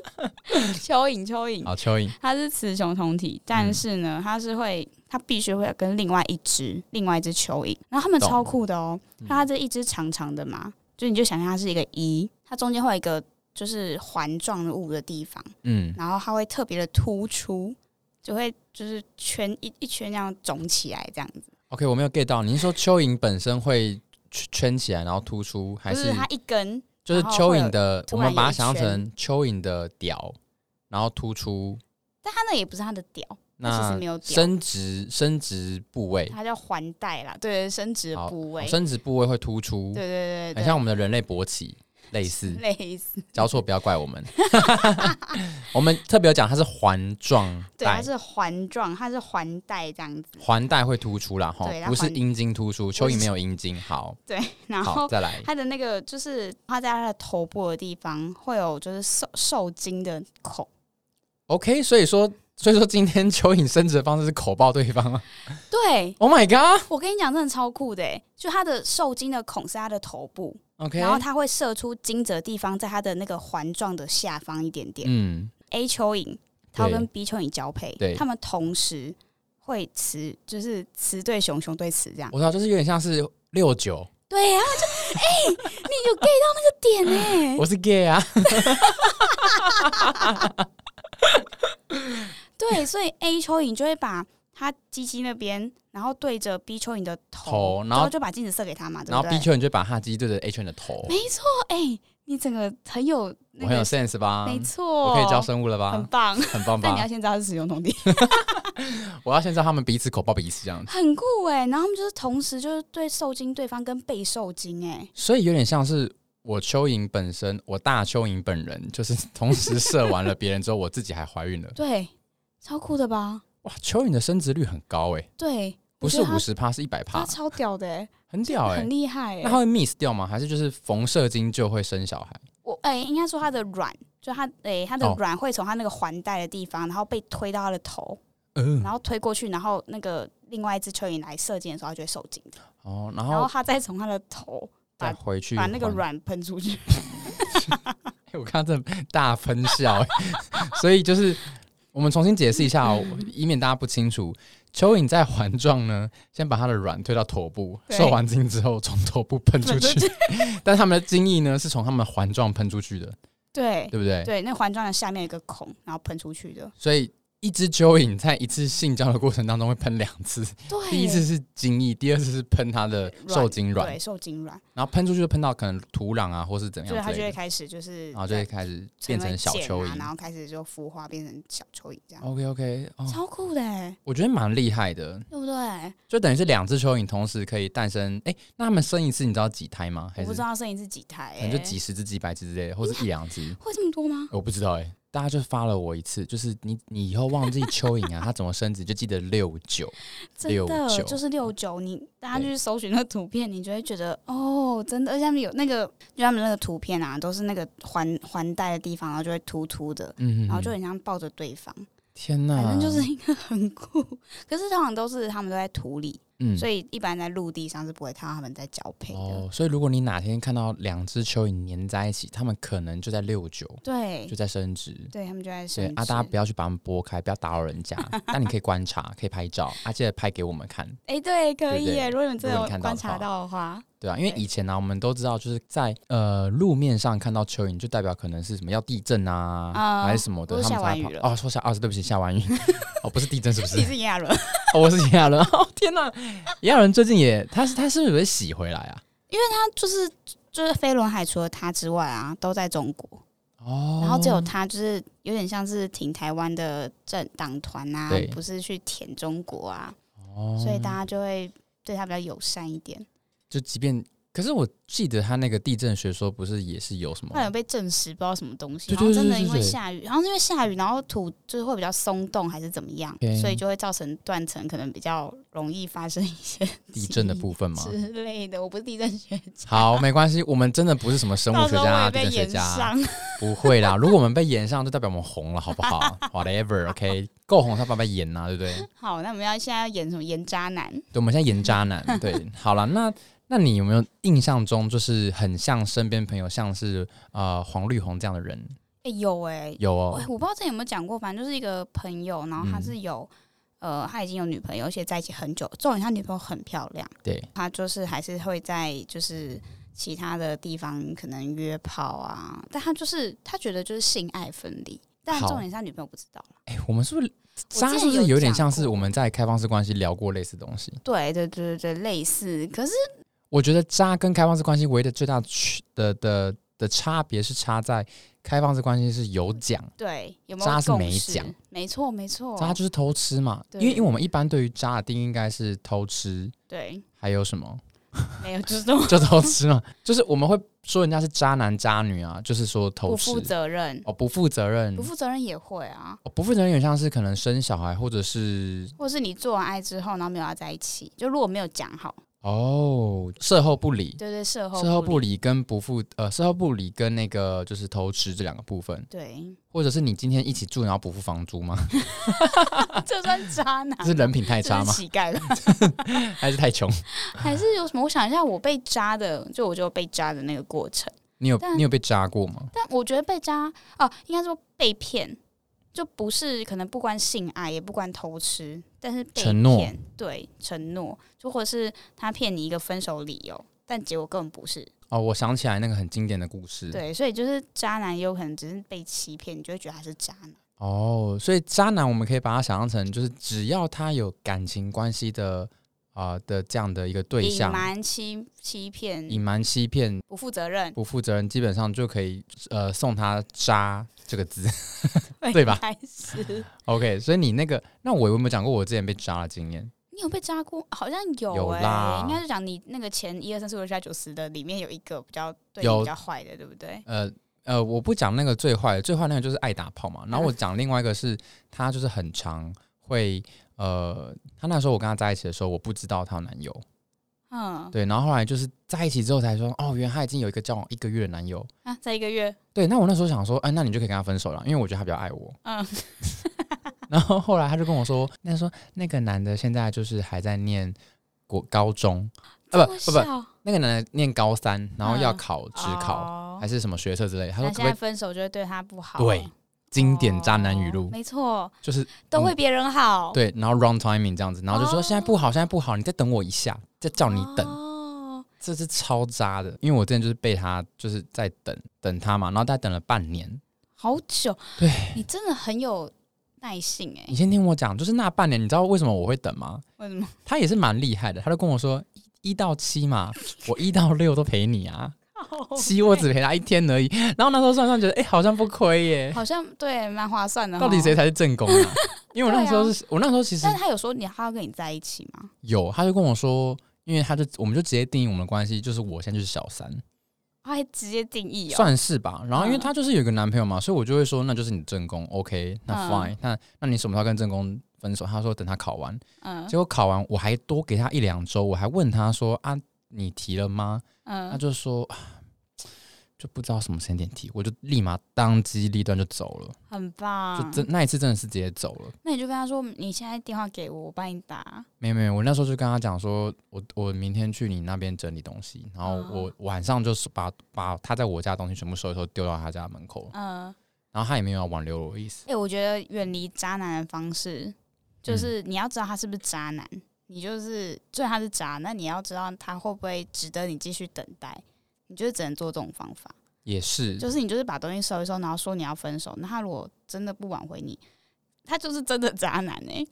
[SPEAKER 1] <laughs> 蚯蚓蚯蚓，
[SPEAKER 2] 好，蚯蚓，
[SPEAKER 1] 它是雌雄同体，
[SPEAKER 2] 嗯
[SPEAKER 1] 但是呢，它是会它必须会跟另外一只另外一只蚯蚓，然后它们
[SPEAKER 2] 懂
[SPEAKER 1] 超酷的哦，那它这一只长长的嘛，就你就想象它是一个一，它中间会有一个就是环状的物的地方。
[SPEAKER 2] 嗯，
[SPEAKER 1] 然后它会特别的突出，就会就是圈一一圈这样肿起来这样子，
[SPEAKER 2] OK，我没有 get 到，您说蚯蚓本身会圈圈起来，然后突出，还
[SPEAKER 1] 不是它一根
[SPEAKER 2] 就是
[SPEAKER 1] 然后
[SPEAKER 2] 蚯
[SPEAKER 1] 会
[SPEAKER 2] 蚓
[SPEAKER 1] 有
[SPEAKER 2] 的，我
[SPEAKER 1] 突然
[SPEAKER 2] 们把它
[SPEAKER 1] 有一
[SPEAKER 2] 想象成
[SPEAKER 1] 圈
[SPEAKER 2] 蚯蚓的屌，然后突出
[SPEAKER 1] 但它那也不是它的屌，它其
[SPEAKER 2] 那
[SPEAKER 1] 实没有屌
[SPEAKER 2] 生殖生殖部位，
[SPEAKER 1] 它叫环带啦，对，生殖
[SPEAKER 2] 好
[SPEAKER 1] 部
[SPEAKER 2] 哎哦
[SPEAKER 1] 位，
[SPEAKER 2] 生殖部位会突出
[SPEAKER 1] 对，对对
[SPEAKER 2] 很
[SPEAKER 1] 对
[SPEAKER 2] 像我们的人类勃起，类似
[SPEAKER 1] 对，类似，
[SPEAKER 2] 交错不要怪我们。 <laughs> 我们特别有讲它是环状
[SPEAKER 1] 对，它
[SPEAKER 2] 带，
[SPEAKER 1] 是环状，它是环带这样子，
[SPEAKER 2] 环带会突出啦，哈
[SPEAKER 1] 对，它
[SPEAKER 2] 不是
[SPEAKER 1] 环
[SPEAKER 2] 阴茎突出，蚯蚓没有阴茎。好，
[SPEAKER 1] 对， <laughs> 然
[SPEAKER 2] 好，
[SPEAKER 1] 后。
[SPEAKER 2] 再来，
[SPEAKER 1] 它的那个就是它在它的头部的地方会有就是受受精的口，
[SPEAKER 2] OK，所以说，所以说今天蚯蚓生殖的方式是口爆对方吗 <laughs>
[SPEAKER 1] 对
[SPEAKER 2] ？Oh my god！OK，、
[SPEAKER 1] 我跟你讲真的超酷的欸，就它的受精的孔是它的头部，然后它会射出精子的地方，在它的那个环状的下方一点点。
[SPEAKER 2] 嗯，
[SPEAKER 1] A 蚯蚓，它要
[SPEAKER 2] 对
[SPEAKER 1] 跟 B 蚯蚓交配
[SPEAKER 2] 对，
[SPEAKER 1] 它们同时会雌，就是雌对雄，雄对雌这样。
[SPEAKER 2] 我知道，就是有点像是六九，
[SPEAKER 1] 对呀、啊，就哎、你有 get 到那个点哎、
[SPEAKER 2] 我是 gay 啊，
[SPEAKER 1] 对，所以 A 蚯蚓就会把它鸡鸡那边，然后对着 B 蚯蚓的头，
[SPEAKER 2] 头然后
[SPEAKER 1] 就把镜子射给它嘛，对
[SPEAKER 2] 然
[SPEAKER 1] 不
[SPEAKER 2] 后 B
[SPEAKER 1] 对？
[SPEAKER 2] 圈你就把他的鸡对着 A 圈的头，
[SPEAKER 1] 没错，哎、你整个很有那
[SPEAKER 2] 我很有
[SPEAKER 1] 个，
[SPEAKER 2] sense 吧？
[SPEAKER 1] 没错，
[SPEAKER 2] 我可以教生物了
[SPEAKER 1] 很
[SPEAKER 2] 吧？
[SPEAKER 1] 棒。
[SPEAKER 2] 很棒
[SPEAKER 1] <laughs> 但你
[SPEAKER 2] 吧
[SPEAKER 1] 要？先知道它是使用同
[SPEAKER 2] <laughs>
[SPEAKER 1] 体。
[SPEAKER 2] 我要先知道他们彼此口爆彼此这样子，
[SPEAKER 1] 很酷哎、然后他们就是同时就是对受精对方跟被受精哎、
[SPEAKER 2] 所以有点像是我蚯蚓本身，我大蚯蚓本人 <laughs> 就是同时射完了别人之后，我自己还怀孕了。
[SPEAKER 1] 对，超酷的吧？
[SPEAKER 2] <laughs> 哇，蚯蚓的生殖率很高哎、
[SPEAKER 1] 对，
[SPEAKER 2] 不是
[SPEAKER 1] 我觉得
[SPEAKER 2] 五十趴，是一百
[SPEAKER 1] 他，他，啊
[SPEAKER 2] 趴
[SPEAKER 1] 超屌的哎、
[SPEAKER 2] 很屌哎、
[SPEAKER 1] 很厉害哎、
[SPEAKER 2] 那他会 miss 掉吗？还是就是逢射精就会生小孩？
[SPEAKER 1] 我哎、应该说他的卵，就他哎、他
[SPEAKER 2] 哦
[SPEAKER 1] 的卵会从他那个环带的地方，然后被推到他的头，
[SPEAKER 2] 嗯、
[SPEAKER 1] 然后推过去，然后那个另外一只蚯蚓来射箭的时候，它就会受精，
[SPEAKER 2] 哦，然
[SPEAKER 1] 然后
[SPEAKER 2] 后
[SPEAKER 1] 他再从他的头
[SPEAKER 2] 再回去
[SPEAKER 1] 把那个
[SPEAKER 2] 还
[SPEAKER 1] 卵喷出去。
[SPEAKER 2] 我看到这大分笑欸， <laughs> 所以就是我们重新解释一下、哦，以免大家不清楚。蚯蚓在环状呢，先把它的卵推到头部，
[SPEAKER 1] 对
[SPEAKER 2] 受完精之后从头部喷出去， <laughs> 但它们的精液呢是从它们环状喷出去的，
[SPEAKER 1] 对
[SPEAKER 2] 对不对？
[SPEAKER 1] 对，那环状的下面有一个孔，然后喷出去的。
[SPEAKER 2] 所以一只蚯蚓在一次性交的过程当中会喷两次，
[SPEAKER 1] 对，
[SPEAKER 2] 第一次是精液，第二次是喷它的受精卵
[SPEAKER 1] 对，，受精卵，
[SPEAKER 2] 然后喷出去就喷到可能土壤啊，或是怎
[SPEAKER 1] 所以
[SPEAKER 2] 样
[SPEAKER 1] 它
[SPEAKER 2] 之
[SPEAKER 1] 就会
[SPEAKER 2] 类的，啊
[SPEAKER 1] 开始就是
[SPEAKER 2] 然后就会开始
[SPEAKER 1] 成
[SPEAKER 2] 变
[SPEAKER 1] 为
[SPEAKER 2] 成小
[SPEAKER 1] 茧
[SPEAKER 2] 蚯
[SPEAKER 1] 啊然
[SPEAKER 2] 蚓。
[SPEAKER 1] 后开始就孵化变成小蚯蚓这样，
[SPEAKER 2] OK OK，哦，
[SPEAKER 1] 超酷的欸，
[SPEAKER 2] 我觉得蛮厉害的，
[SPEAKER 1] 对不对？
[SPEAKER 2] 就等于是两只蚯蚓同时可以诞生。哎、那它们生一次你知道几胎吗？还
[SPEAKER 1] 我
[SPEAKER 2] 是
[SPEAKER 1] 不知道摄影是几台
[SPEAKER 2] 可
[SPEAKER 1] 欸，
[SPEAKER 2] 能就几十只、几百只之类的，或是一两只？ <laughs>
[SPEAKER 1] 会这么多吗？
[SPEAKER 2] 我不知道哎、大家就发了我一次，就是你你以后忘记蚯蚓啊，它怎么生殖就记得六九。
[SPEAKER 1] 真
[SPEAKER 2] 69
[SPEAKER 1] 的就是六九，你大家
[SPEAKER 2] 对
[SPEAKER 1] 去搜寻那个图片，你就会觉得哦，真的，而且他们有那个，就他们那个图片啊，都是那个环环带的地方，然后就会突突的，
[SPEAKER 2] 嗯，
[SPEAKER 1] 然后就很像抱着对方，
[SPEAKER 2] 天哪，
[SPEAKER 1] 反正就是一个很酷。可是通常都是他们都在土里，
[SPEAKER 2] 嗯，
[SPEAKER 1] 所以一般在陆地上是不会看到它们在交配的。
[SPEAKER 2] 哦，所以如果你哪天看到两只蚯蚓粘在一起，它们可能就在六九，
[SPEAKER 1] 对
[SPEAKER 2] 就，在生殖。
[SPEAKER 1] 对，它们就在
[SPEAKER 2] 对
[SPEAKER 1] 生
[SPEAKER 2] 啊，
[SPEAKER 1] 殖
[SPEAKER 2] 大家不要去把它们拨开，不要打扰人
[SPEAKER 1] <laughs>
[SPEAKER 2] 家。但你可以观察，可以拍照，啊，记得拍给我们看，
[SPEAKER 1] 哎、对，可
[SPEAKER 2] 对
[SPEAKER 1] 以
[SPEAKER 2] 对
[SPEAKER 1] 耶。如果你们真
[SPEAKER 2] 如
[SPEAKER 1] 的有
[SPEAKER 2] 果你看到
[SPEAKER 1] 观
[SPEAKER 2] 的
[SPEAKER 1] 察
[SPEAKER 2] 话
[SPEAKER 1] 到的话，
[SPEAKER 2] 对啊，因为
[SPEAKER 1] 对
[SPEAKER 2] 以前呢、我们都知道，就是在呃路面上看到蚯蚓，就代表可能是什么要地震啊，
[SPEAKER 1] 啊
[SPEAKER 2] 还是什么的，
[SPEAKER 1] 或
[SPEAKER 2] 他
[SPEAKER 1] 是
[SPEAKER 2] 们
[SPEAKER 1] 下
[SPEAKER 2] 才
[SPEAKER 1] 完
[SPEAKER 2] 跑
[SPEAKER 1] 雨。了
[SPEAKER 2] 哦，说下哦，对不起，
[SPEAKER 1] <laughs>
[SPEAKER 2] 下完雨，哦，不是地震，是不是
[SPEAKER 1] 你？是炎亚纶，
[SPEAKER 2] 哦、我是炎
[SPEAKER 1] <laughs>
[SPEAKER 2] 亚纶。哦，天哪，炎亚纶最近也，他是他是不是有被洗回来啊？
[SPEAKER 1] 他 <laughs> 就是就是飞轮海，除了他之外啊，都在中国，
[SPEAKER 2] 哦，
[SPEAKER 1] 然后只有他就是有点像是挺台湾的政党团啊
[SPEAKER 2] 对，
[SPEAKER 1] 不是去舔中国啊，
[SPEAKER 2] 哦
[SPEAKER 1] 所以大家就会对他比较友善一点。
[SPEAKER 2] 就即便，可是我记得他那个地震学说不是也是有什么
[SPEAKER 1] 后来有被证实不知道什么东西，
[SPEAKER 2] 哦
[SPEAKER 1] 然后
[SPEAKER 2] 对对
[SPEAKER 1] 真
[SPEAKER 2] 对
[SPEAKER 1] 的
[SPEAKER 2] 对
[SPEAKER 1] 因为
[SPEAKER 2] 对
[SPEAKER 1] 下雨，然后是因为下雨，然后土就是会比较松动还是怎么样
[SPEAKER 2] OK
[SPEAKER 1] 所以就会造成断层，可能比较容易发生一些
[SPEAKER 2] 地震的部分吗？
[SPEAKER 1] 之类的。我不是地震学家，
[SPEAKER 2] 好，没关系，我们真的不是什么生物
[SPEAKER 1] 到
[SPEAKER 2] 学
[SPEAKER 1] 时候我
[SPEAKER 2] 家、啊
[SPEAKER 1] 也
[SPEAKER 2] 地
[SPEAKER 1] 被
[SPEAKER 2] 震学
[SPEAKER 1] 延
[SPEAKER 2] 家，
[SPEAKER 1] 上。 <laughs>
[SPEAKER 2] 不会啦，如 <laughs> 果我们被演上，就代表我们红了，好不好？Whatever，OK，、够红才把被演呐、对不对？
[SPEAKER 1] 好，那我们要现在要演什么？演渣男？
[SPEAKER 2] 对，我们现在演
[SPEAKER 1] <laughs>
[SPEAKER 2] 渣男。对，好了，那那你有没有印象中就是很像身边朋友，像是呃黄绿红这样的人？
[SPEAKER 1] 哎、有哎、
[SPEAKER 2] 有哦
[SPEAKER 1] 哎，我不知道之前有没有讲过，反正就是一个朋友，然后他
[SPEAKER 2] 嗯
[SPEAKER 1] 是有。呃，他已经有女朋友，而且在一起很久。重点，他女朋友很漂亮，
[SPEAKER 2] 对，
[SPEAKER 1] 他就是还是会在就是其他的地方可能约炮啊，但他就是他觉得就是性爱分离，但
[SPEAKER 2] 好
[SPEAKER 1] 重点是他女朋友不知道了。
[SPEAKER 2] 哎、我们是不是
[SPEAKER 1] 我之前
[SPEAKER 2] 渣是不是有点像
[SPEAKER 1] 有
[SPEAKER 2] 是
[SPEAKER 1] 讲过
[SPEAKER 2] 我们在开放式关系聊过类似的东西？
[SPEAKER 1] 对对对对对，类似。可是
[SPEAKER 2] 我觉得渣跟开放式关系唯一的最大区的的的差别是差在开放式关系是有奖。
[SPEAKER 1] 对有没有
[SPEAKER 2] 渣是
[SPEAKER 1] 共
[SPEAKER 2] 没
[SPEAKER 1] 识
[SPEAKER 2] 讲？
[SPEAKER 1] 没错没错，
[SPEAKER 2] 渣就是偷吃嘛，因
[SPEAKER 1] 对
[SPEAKER 2] 为因为我们一般对于渣的定义应该是偷吃，
[SPEAKER 1] 对
[SPEAKER 2] 还有什么？ <laughs>
[SPEAKER 1] 没有就是这种
[SPEAKER 2] 就偷吃嘛，就是我们会说人家是渣男渣女啊，就是说 <laughs> 偷
[SPEAKER 1] 不
[SPEAKER 2] 吃
[SPEAKER 1] 负责任，
[SPEAKER 2] 哦，不负责任，
[SPEAKER 1] 不负责任也会啊，
[SPEAKER 2] 哦不负责任有点像是可能生小孩或者是
[SPEAKER 1] 或是你做完爱之后，然后没有要在一起，就如果没有讲好，
[SPEAKER 2] 哦事后不理，
[SPEAKER 1] 对对，事后
[SPEAKER 2] 事后
[SPEAKER 1] 不
[SPEAKER 2] 不
[SPEAKER 1] 理，
[SPEAKER 2] 理跟不负呃事后不理跟那个就是偷吃这两个部分，
[SPEAKER 1] 对，
[SPEAKER 2] 或者是你今天一起住然后不付房租吗？
[SPEAKER 1] <laughs> 这算渣男
[SPEAKER 2] 这 <laughs> 是人品太差
[SPEAKER 1] 这 <laughs> 是
[SPEAKER 2] 吗？
[SPEAKER 1] 乞丐
[SPEAKER 2] <laughs>
[SPEAKER 1] 吧？
[SPEAKER 2] 还是太穷？
[SPEAKER 1] 还是有什么？我想一下，我被渣的，就我就被渣的那个过程。
[SPEAKER 2] 你有
[SPEAKER 1] 但
[SPEAKER 2] 你有被渣过吗？
[SPEAKER 1] 但我觉得被渣哦、应该说被骗，就不是可能不关性爱，也不关偷吃，但是被
[SPEAKER 2] 承诺
[SPEAKER 1] 骗对承诺，就或者是他骗你一个分手理由，但结果根本不是。
[SPEAKER 2] 哦，我想起来那个很经典的故事，
[SPEAKER 1] 对，所以就是渣男也有可能只是被欺骗，你就会觉得他是渣男。
[SPEAKER 2] 哦，所以渣男我们可以把它想象成，就是只要他有感情关系的啊、呃的这样的一个对
[SPEAKER 1] 隐
[SPEAKER 2] 象，
[SPEAKER 1] 瞒、欺欺骗、
[SPEAKER 2] 隐瞒、欺骗、
[SPEAKER 1] 不负责任，
[SPEAKER 2] 不负责任，基本上就可以呃送他“渣”这个字。
[SPEAKER 1] <laughs>
[SPEAKER 2] 对吧
[SPEAKER 1] 开始，
[SPEAKER 2] OK，所以你那个，那我有没有讲过我之前被渣的经验？
[SPEAKER 1] 你有被渣过？好像有
[SPEAKER 2] 有
[SPEAKER 1] 哎、
[SPEAKER 2] 啦
[SPEAKER 1] 应该是讲你那个前一二三四五六七八九十的里面有一个比较对
[SPEAKER 2] 有
[SPEAKER 1] 你比较坏的，对不对？
[SPEAKER 2] 呃呃，我不讲那个最坏的，最坏那个就是爱打炮嘛。然后我讲另外一个是，他就是很常会呃，他那时候我跟他在一起的时候，我不知道他有男友，
[SPEAKER 1] 嗯，
[SPEAKER 2] 对，然后后来就是在一起之后才说，哦，原来他已经有一个交往一个月的男友。
[SPEAKER 1] 啊，在一个月，
[SPEAKER 2] 对，那我那时候想说，哎、那你就可以跟他分手了，因为我觉得他比较爱我。
[SPEAKER 1] 嗯，
[SPEAKER 2] 然后后来他就跟我说，那说那个男的现在就是还在念国高中，啊不不
[SPEAKER 1] 这
[SPEAKER 2] 不
[SPEAKER 1] 么，小
[SPEAKER 2] 那个男的念高三，然后要考职考、
[SPEAKER 1] 嗯哦
[SPEAKER 2] 还是什么学测之类的，他
[SPEAKER 1] 那
[SPEAKER 2] 说可
[SPEAKER 1] 现
[SPEAKER 2] 不可
[SPEAKER 1] 在
[SPEAKER 2] 以？
[SPEAKER 1] 分手就会对他不好，哦
[SPEAKER 2] 对，经典渣男语录、
[SPEAKER 1] 哦没错，
[SPEAKER 2] 就是嗯
[SPEAKER 1] 都为别人好，，
[SPEAKER 2] 对，然后 wrong timing 这样子，然后就说
[SPEAKER 1] 哦
[SPEAKER 2] 现在不好，现在不好，你再等我一下，再叫你等，
[SPEAKER 1] 哦，
[SPEAKER 2] 这是超渣的。因为我之前就是被他就是在等等他嘛，然后大概等了半年。
[SPEAKER 1] 好久，
[SPEAKER 2] 对，
[SPEAKER 1] 你真的很有耐性哎、
[SPEAKER 2] 你先听我讲，就是那半年，你知道为什么我会等吗？
[SPEAKER 1] 为什么？
[SPEAKER 2] 他也是蛮厉害的，他就跟我说一一到七嘛， <laughs> 我一到六都陪你啊，
[SPEAKER 1] 哦
[SPEAKER 2] 七我只陪他一天而已。然后那时候算算觉得，哎、好像不
[SPEAKER 1] <laughs>
[SPEAKER 2] 亏耶，
[SPEAKER 1] 好像对，蛮划算的。哦
[SPEAKER 2] 到底谁？才是正
[SPEAKER 1] <laughs>
[SPEAKER 2] 宫啊？因为我那时候是、我那时候其实
[SPEAKER 1] 但是他有说你他要跟你在一起吗？
[SPEAKER 2] 有，他就跟我说，因为他就我们就直接定义我们的关系，就是我现在就是小三，
[SPEAKER 1] 他还直接定义哦，
[SPEAKER 2] 算是吧。然后因为他就是有一个男朋友嘛，所以我就会说，那就是你正宫，OK，那
[SPEAKER 1] 嗯
[SPEAKER 2] fine，、那那你什么时候跟正宫分手？他说等他考完，
[SPEAKER 1] 嗯
[SPEAKER 2] 结果考完我还多给他一两周，我还问他说啊，你提了吗？他 <sighs>
[SPEAKER 1] 嗯，
[SPEAKER 2] 就说啊就不知道什么时间点提，我就立马当机立断就走了，
[SPEAKER 1] 很棒。
[SPEAKER 2] 就真那一次真的是直接走了。
[SPEAKER 1] 那你就跟他说，你现在电话给我，我帮你打。
[SPEAKER 2] 没有没有，我那时候就跟他讲说，我我明天去你那边整理东西，然后
[SPEAKER 1] 嗯
[SPEAKER 2] 我晚上就是把把他在我家的东西全部收一收，丢到他家门口。
[SPEAKER 1] 嗯、呃，
[SPEAKER 2] 然后他也没有要挽留我的意思。
[SPEAKER 1] 哎、我觉得远离渣男的方式，就是
[SPEAKER 2] 嗯
[SPEAKER 1] 你要知道他是不是渣男，你就是虽然他是渣，那你要知道他会不会值得你继续等待，你就是只能做这种方法。
[SPEAKER 2] 也是，
[SPEAKER 1] 就是你就是把东西收一收，然后说你要分手。那他如果真的不挽回你，他就是真的渣男哎、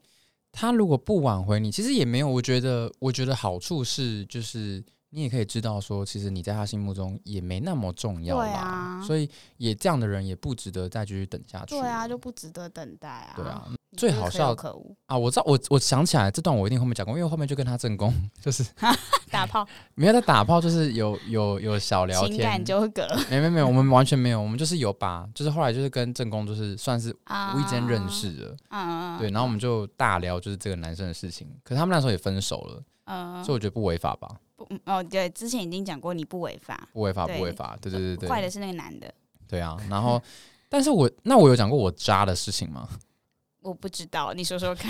[SPEAKER 2] 他如果不挽回你，其实也没有。我觉得，我觉得好处是，就是你也可以知道说，其实你在他心目中也没那么重要
[SPEAKER 1] 对
[SPEAKER 2] 啦。
[SPEAKER 1] 啊
[SPEAKER 2] 所以也这样的人也不值得再继续等下去
[SPEAKER 1] 对
[SPEAKER 2] 了。
[SPEAKER 1] 啊，就不值得等待啊。
[SPEAKER 2] 对啊，
[SPEAKER 1] 你
[SPEAKER 2] 最
[SPEAKER 1] 就是
[SPEAKER 2] 好
[SPEAKER 1] 可有
[SPEAKER 2] 笑
[SPEAKER 1] 可无，
[SPEAKER 2] 啊！我知道，我我想起来这段我一定后面讲过，因为我后面就跟他正宫， <laughs> 就是
[SPEAKER 1] 打炮
[SPEAKER 2] 没有在打炮，就是有有有小聊
[SPEAKER 1] 情
[SPEAKER 2] 天
[SPEAKER 1] 感，纠葛
[SPEAKER 2] 没没没有，我们完全没有，我们就是有把，就是后来就是跟正宫就是算是
[SPEAKER 1] 啊，
[SPEAKER 2] 无意间认识的，
[SPEAKER 1] 嗯，嗯，
[SPEAKER 2] 对，然后我们就大聊就是这个男生的事情，可是他们那时候也分手了，
[SPEAKER 1] 嗯，
[SPEAKER 2] 所以我觉得不违法吧？
[SPEAKER 1] 不嗯哦，对，之前已经讲过你不违法，
[SPEAKER 2] 不违法，
[SPEAKER 1] 对
[SPEAKER 2] 不违法，对对对
[SPEAKER 1] 坏
[SPEAKER 2] 对，
[SPEAKER 1] 的是那个男的，
[SPEAKER 2] 对啊。然后，但是我那我有讲过我渣的事情吗？
[SPEAKER 1] 我不知道，你说说看。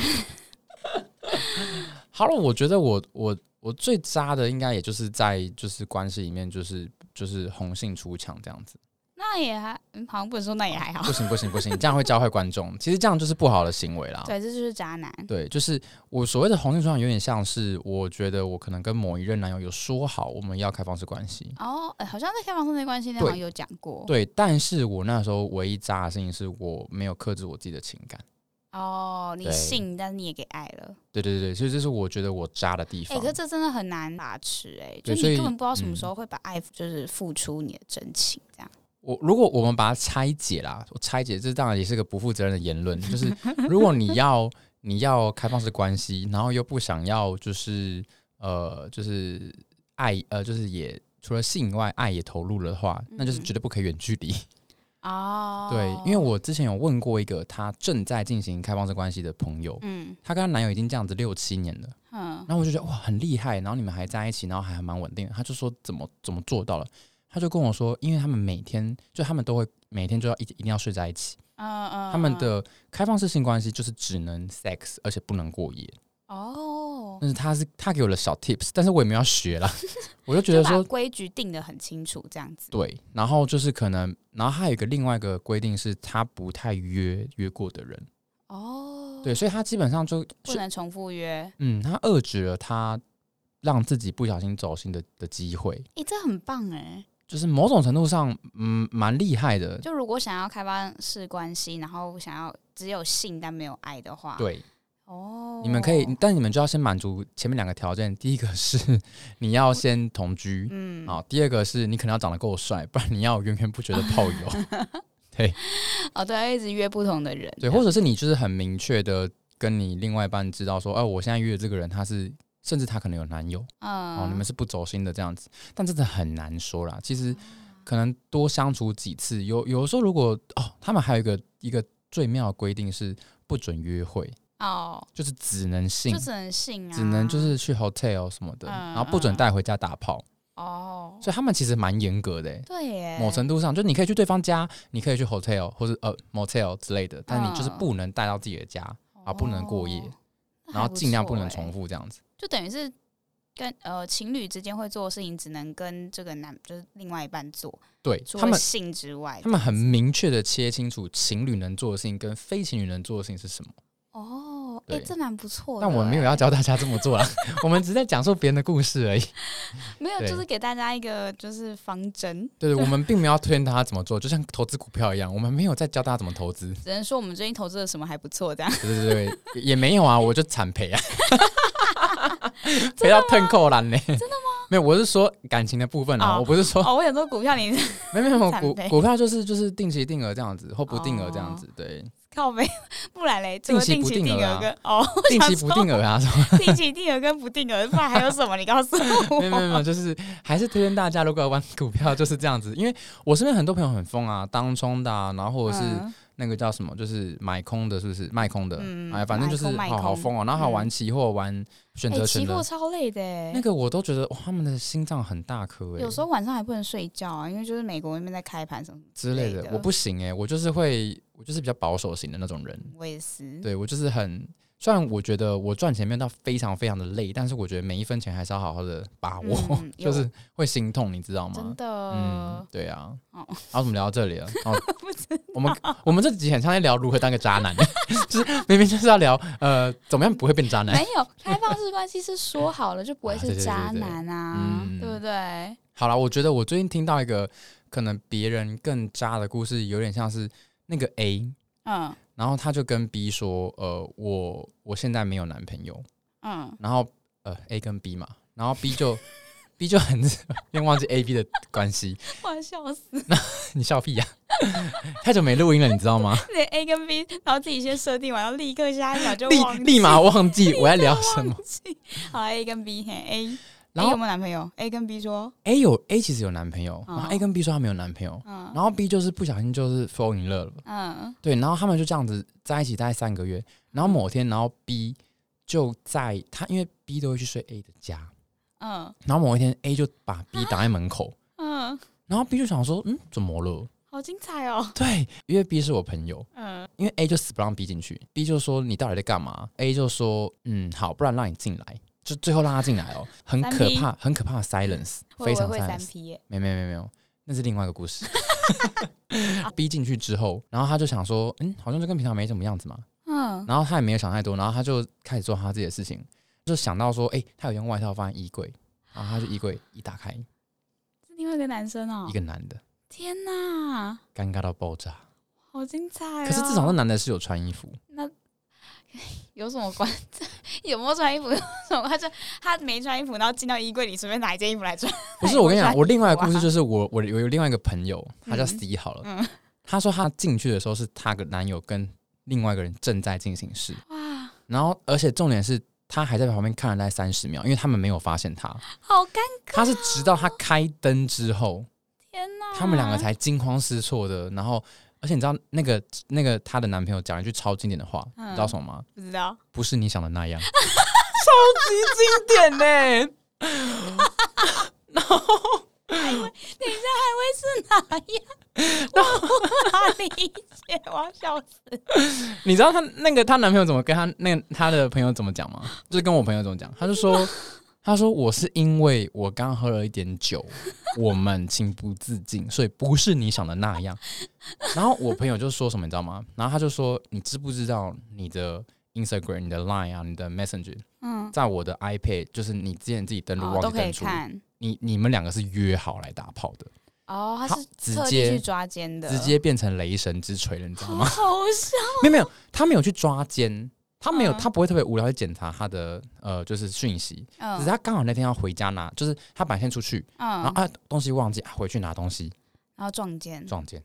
[SPEAKER 1] <laughs>
[SPEAKER 2] 好了，我觉得我我我最渣的应该也就是在就是关系里面就是就是红杏出墙这样子，
[SPEAKER 1] 那也还、嗯好像不能说那也还好，
[SPEAKER 2] 哦不行不行不行，这样会教坏观众，其实这样就是不好的行为啦。
[SPEAKER 1] <laughs> 对，这就是渣男，
[SPEAKER 2] 对，就是我所谓的红杏出墙，有点像是我觉得我可能跟某一任男友有说好我们要开放式关系，
[SPEAKER 1] 哦，呃好像在开放式没关系那好
[SPEAKER 2] 对
[SPEAKER 1] 像有讲过。
[SPEAKER 2] 对，但是我那时候唯一渣的事情是我没有克制我自己的情感。
[SPEAKER 1] 哦，你
[SPEAKER 2] 对
[SPEAKER 1] 信，但是你也给爱了。
[SPEAKER 2] 对对对，所以这是我觉得我渣的地
[SPEAKER 1] 哎、
[SPEAKER 2] 方。
[SPEAKER 1] 可是这真的很难把持哎、就
[SPEAKER 2] 对
[SPEAKER 1] 你
[SPEAKER 2] 所以
[SPEAKER 1] 根本不知道什么
[SPEAKER 2] 嗯
[SPEAKER 1] 时候会把爱就是付出你的真情这样。
[SPEAKER 2] 我如果我们把它拆解啦，我拆解这当然也是个不负责任的言论， <laughs> 就是如果你要你要开放式关系，然后又不想要就是呃就是爱呃就是也除了性以外爱也投入了的话，那就是
[SPEAKER 1] 嗯
[SPEAKER 2] 绝对不可以远距离。
[SPEAKER 1] 哦，
[SPEAKER 2] 对，因为我之前有问过一个她正在进行开放式关系的朋友，
[SPEAKER 1] 嗯
[SPEAKER 2] 她跟她男友已经这样子六七年了。
[SPEAKER 1] 嗯
[SPEAKER 2] 然后我就觉得哇很厉害，然后你们还在一起，然后还蛮稳定的。他就说怎么怎么做到了，他就跟我说，因为他们每天就他们都会每天就要一一定要睡在一起，
[SPEAKER 1] 嗯嗯，
[SPEAKER 2] 他们
[SPEAKER 1] 嗯
[SPEAKER 2] 的开放式性关系就是只能 sex，而且不能过夜。
[SPEAKER 1] 哦，
[SPEAKER 2] 但是他是他给我的小 tips，但是我也没有要学啦， <laughs> 我就觉
[SPEAKER 1] 就
[SPEAKER 2] 得
[SPEAKER 1] 把
[SPEAKER 2] 说
[SPEAKER 1] 规矩定得很清楚这样子。
[SPEAKER 2] 对，然后就是可能，然后还有一个另外一个规定是他不太约约过的人，
[SPEAKER 1] 哦，
[SPEAKER 2] 对，，所以他基本上就
[SPEAKER 1] 不能重复约。
[SPEAKER 2] 嗯，他遏制了他让自己不小心走心的的机会。
[SPEAKER 1] 哎、这很棒哎、
[SPEAKER 2] 就是某种程度上，嗯，蛮厉害的。
[SPEAKER 1] 就如果想要开放式关系，然后想要只有性但没有爱的话，，
[SPEAKER 2] 对，
[SPEAKER 1] 哦，
[SPEAKER 2] 你们可以，但你们就要先满足前面两个条件。第一个是 <laughs> 你要先同居，
[SPEAKER 1] 嗯， <laughs>
[SPEAKER 2] 好；第二个是你可能要长得够帅，不然你要有源源不绝的炮友。
[SPEAKER 1] 哦，对，一直约不同的人，
[SPEAKER 2] 对，或者是你就是很明确的跟你另外一半知道说，哦、我现在约的这个人他是，甚至他可能有男友，
[SPEAKER 1] 嗯，哦
[SPEAKER 2] 哦，你们是不走心的这样子，但真的很难说啦。其实可能多相处几次，有有时候如果哦，他们还有一个一个最妙的规定是不准约会。
[SPEAKER 1] 哦，
[SPEAKER 2] 就是只能性
[SPEAKER 1] 就，只能性啊，
[SPEAKER 2] 只能就是去 hotel 什么的，
[SPEAKER 1] 嗯
[SPEAKER 2] 然后不准带回家打炮，
[SPEAKER 1] 哦，
[SPEAKER 2] 所以他们其实蛮严格的欸、
[SPEAKER 1] 对耶，
[SPEAKER 2] 某程度上，就你可以去对方家，你可以去 hotel 或者呃 motel 之类的，但你就是不能带到自己的家，啊不能过夜
[SPEAKER 1] 嗯哦，那
[SPEAKER 2] 然
[SPEAKER 1] 还
[SPEAKER 2] 后
[SPEAKER 1] 不
[SPEAKER 2] 尽量
[SPEAKER 1] 错欸
[SPEAKER 2] 不能
[SPEAKER 1] 耶
[SPEAKER 2] 重复这样子。
[SPEAKER 1] 就等于是跟呃情侣之间会做的事情，只能跟这个男就是另外一半做，
[SPEAKER 2] 对
[SPEAKER 1] 除
[SPEAKER 2] 他
[SPEAKER 1] 了
[SPEAKER 2] 们，
[SPEAKER 1] 性之外，
[SPEAKER 2] 他们很明确的切清楚情侣能做的事情跟非情侣能做的事情是什么。
[SPEAKER 1] 哦，哎、
[SPEAKER 2] 对
[SPEAKER 1] 这蛮不错的欸
[SPEAKER 2] 但
[SPEAKER 1] 耶，
[SPEAKER 2] 我没有要教大家这么做啦， <laughs> 我们只是在讲述别人的故事而已。
[SPEAKER 1] 没有，
[SPEAKER 2] 对
[SPEAKER 1] 就是给大家一个就是方针，
[SPEAKER 2] 对，我们并没有要推荐大家怎么做，就像投资股票一样，我们没有在教大家怎么投资。
[SPEAKER 1] 只能说我们最近投资了什么还不错，这样
[SPEAKER 2] 对对对对，也没有啊，我就惨赔啊，赔到腾扣篮呢。真的吗？没有，我是说感情的部分啊，
[SPEAKER 1] 哦
[SPEAKER 2] 我不是说
[SPEAKER 1] 哦，我想说股票你 <laughs>
[SPEAKER 2] 没有没有
[SPEAKER 1] 惨
[SPEAKER 2] 股
[SPEAKER 1] 赔
[SPEAKER 2] 股票就是就是定期定额这样子，或不定额这样子，对，
[SPEAKER 1] 靠没，不然嘞，除了定
[SPEAKER 2] 定期不
[SPEAKER 1] 期
[SPEAKER 2] 定
[SPEAKER 1] 定
[SPEAKER 2] 额啊
[SPEAKER 1] 额跟哦， <laughs> 我
[SPEAKER 2] 定
[SPEAKER 1] 想
[SPEAKER 2] 期不定额啊什么，
[SPEAKER 1] 说定期定额跟不定额，不然还有什么？你告诉
[SPEAKER 2] <laughs>
[SPEAKER 1] 我，
[SPEAKER 2] 没有没有没有，就是还是推荐大家如果要玩股票就是这样子，因为我身边很多朋友很疯啊，当冲的啊，然后或者是
[SPEAKER 1] 嗯
[SPEAKER 2] 那个叫什么，就是买空的，是不是卖空的？
[SPEAKER 1] 嗯
[SPEAKER 2] 哎，反正就是
[SPEAKER 1] 买空卖
[SPEAKER 2] 好好
[SPEAKER 1] 空
[SPEAKER 2] 疯哦、然后好玩
[SPEAKER 1] 嗯
[SPEAKER 2] 期货，玩选
[SPEAKER 1] 哎，
[SPEAKER 2] 择
[SPEAKER 1] 期
[SPEAKER 2] 权
[SPEAKER 1] 货
[SPEAKER 2] 的，
[SPEAKER 1] 超累的欸，
[SPEAKER 2] 那个我都觉得哇，他们的心脏很大颗哎、
[SPEAKER 1] 有时候晚上还不能睡觉啊，因为就是美国那边在开盘什么，
[SPEAKER 2] 之类
[SPEAKER 1] 累
[SPEAKER 2] 的
[SPEAKER 1] 的，
[SPEAKER 2] 我不行哎、我就是会，我就是比较保守型的那种人，
[SPEAKER 1] 我也是。
[SPEAKER 2] 对我就是很。虽然我觉得我赚钱没有到非常非常的累，但是我觉得每一分钱还是要好好的把握，
[SPEAKER 1] 嗯有
[SPEAKER 2] <laughs> 就是会心痛，你知道
[SPEAKER 1] 真
[SPEAKER 2] 吗？嗯
[SPEAKER 1] 的，，
[SPEAKER 2] 对啊。
[SPEAKER 1] 哦
[SPEAKER 2] 然后怎么聊到这里了？哦，我们我们这集很像在聊如何当个渣男，欸 <laughs> 就是明明就是要聊呃怎么样不会变渣
[SPEAKER 1] <laughs>
[SPEAKER 2] 男。
[SPEAKER 1] 没有开放式关系是说好了就不会
[SPEAKER 2] <laughs> 啊
[SPEAKER 1] 是
[SPEAKER 2] 对对对
[SPEAKER 1] 渣
[SPEAKER 2] 对
[SPEAKER 1] 男啊，
[SPEAKER 2] 嗯
[SPEAKER 1] 对不对？
[SPEAKER 2] 好了，我觉得我最近听到一个可能别人更渣的故事，有点像是那个 A，
[SPEAKER 1] 嗯
[SPEAKER 2] 然后他就跟 B 说，呃，我我现在没有男朋友，
[SPEAKER 1] <laughs> 嗯，
[SPEAKER 2] 然后呃 A 跟 B 嘛，然后 B 就 B 就很因为忘记 A B 的关系，
[SPEAKER 1] 我要笑死，
[SPEAKER 2] 你笑屁呀、太久没录音了，你知
[SPEAKER 1] <laughs>
[SPEAKER 2] 道吗？
[SPEAKER 1] 连 A 跟 B，然后自己先设定完，然后立刻下一秒就
[SPEAKER 2] 立
[SPEAKER 1] 忘记
[SPEAKER 2] 立马忘记我在聊什么
[SPEAKER 1] 忘，记。好，A 跟 B，嘿，A，
[SPEAKER 2] 然
[SPEAKER 1] A
[SPEAKER 2] 后
[SPEAKER 1] 有没有男朋友？A 跟 B 说，
[SPEAKER 2] A 有 A 其实有男朋友，
[SPEAKER 1] 哦
[SPEAKER 2] 然后 A 跟 B 说她没有男朋友，
[SPEAKER 1] 嗯
[SPEAKER 2] 然后 B 就是不小心就是 fall in love 了，
[SPEAKER 1] 嗯
[SPEAKER 2] 对，然后他们就这样子在一起大概三个月，然后某天，然后 B 就在他因为 B 都会去睡 A 的家，
[SPEAKER 1] 嗯
[SPEAKER 2] 然后某一天 A 就把 B 挡在门口，
[SPEAKER 1] 嗯，
[SPEAKER 2] 然后 B 就想说，嗯，怎么了？
[SPEAKER 1] 好精彩哦，
[SPEAKER 2] 对，因为 B 是我朋友，
[SPEAKER 1] 嗯
[SPEAKER 2] 因为 A 就死不让 B 进去，B 就说你到底在干嘛？A 就说，嗯，好，不然让你进来。就最后让他进来哦，很
[SPEAKER 1] 三
[SPEAKER 2] 可
[SPEAKER 1] P
[SPEAKER 2] 怕，很可怕的 silence，
[SPEAKER 1] 我
[SPEAKER 2] 非
[SPEAKER 1] 以
[SPEAKER 2] 常
[SPEAKER 1] 为会
[SPEAKER 2] silence
[SPEAKER 1] 三。P 耶，
[SPEAKER 2] 没没没没有，那是另外一个故
[SPEAKER 1] <laughs>
[SPEAKER 2] 事。逼进去之后，然后他就想说，嗯，好像就跟平常没什么样子嘛。
[SPEAKER 1] 嗯
[SPEAKER 2] 然后他也没有想太多，然后他就开始做他自己的事情，就想到说，哎、他有件外套放在衣柜，然后他就衣柜一打开，
[SPEAKER 1] 是另外一个男生哦
[SPEAKER 2] 一，个男的，
[SPEAKER 1] 天哪，
[SPEAKER 2] 尴尬到爆炸。
[SPEAKER 1] 好精彩哦！
[SPEAKER 2] 可是至少那男的是有穿衣服，
[SPEAKER 1] 那有什么关？这 <laughs> 有没有穿衣服？ <laughs> 有什么关？这他没穿衣服，然后进到衣柜里，随便拿一件衣服来穿。
[SPEAKER 2] 不
[SPEAKER 1] 那
[SPEAKER 2] 是
[SPEAKER 1] 也不
[SPEAKER 2] 我跟你
[SPEAKER 1] 穿
[SPEAKER 2] 讲，我另外一个故
[SPEAKER 1] 衣服
[SPEAKER 2] 事
[SPEAKER 1] 啊
[SPEAKER 2] 就是我我有有另外一个朋友，他叫
[SPEAKER 1] 嗯
[SPEAKER 2] C 好了，
[SPEAKER 1] 嗯
[SPEAKER 2] 他说他进去的时候是他的男友跟另外一个人正在进行式，
[SPEAKER 1] 哇，
[SPEAKER 2] 然后而且重点是他还在旁边看了大概三十秒，因为他们没有发现他，
[SPEAKER 1] 好尴
[SPEAKER 2] 他是直到他开灯之后，
[SPEAKER 1] 天哪！
[SPEAKER 2] 他们两个才惊慌失措的。然后，而且你知道那个那个她的男朋友讲了一句超经典的话，
[SPEAKER 1] 嗯
[SPEAKER 2] 你知道什么吗？
[SPEAKER 1] 不知道，
[SPEAKER 2] 不是你想
[SPEAKER 1] <laughs>
[SPEAKER 2] 的那样。
[SPEAKER 1] 经典呢、哦 <laughs> 然后，等一下 <laughs> 还会是哪样？我无法理解，我要笑死。
[SPEAKER 2] 你知道她那个她男朋友怎么跟她那个她的朋友怎么讲吗？就是跟我朋友怎么讲，他就说。他说：“我是因为我刚喝了一点酒，我们情不自禁，所以不是你想的那样。”然后我朋友就说什么，你知道吗？然后他就说：“你知不知道你的 Instagram、你的 Line 啊、你的 Messenger，
[SPEAKER 1] 嗯，
[SPEAKER 2] 在我的 iPad，就是你之前自己登录
[SPEAKER 1] 哦，
[SPEAKER 2] 忘
[SPEAKER 1] 都
[SPEAKER 2] 记
[SPEAKER 1] 可以
[SPEAKER 2] 登出，
[SPEAKER 1] 看。
[SPEAKER 2] 你你们两个是约好来打炮的，
[SPEAKER 1] 哦，他是
[SPEAKER 2] 直
[SPEAKER 1] 特地去
[SPEAKER 2] 接
[SPEAKER 1] 抓奸的，
[SPEAKER 2] 直接变成雷神之锤了，你知道
[SPEAKER 1] 好
[SPEAKER 2] 吗？
[SPEAKER 1] 好笑。
[SPEAKER 2] 没有没有，他没有去抓奸，他没有，
[SPEAKER 1] 嗯
[SPEAKER 2] 他不会特别无聊去检查他的呃就是讯息，只
[SPEAKER 1] 嗯
[SPEAKER 2] 是他刚好那天要回家拿，就是他白天出去，然后
[SPEAKER 1] 嗯，
[SPEAKER 2] 啊东西忘记、啊、回去拿东西
[SPEAKER 1] 然后撞奸
[SPEAKER 2] 撞见，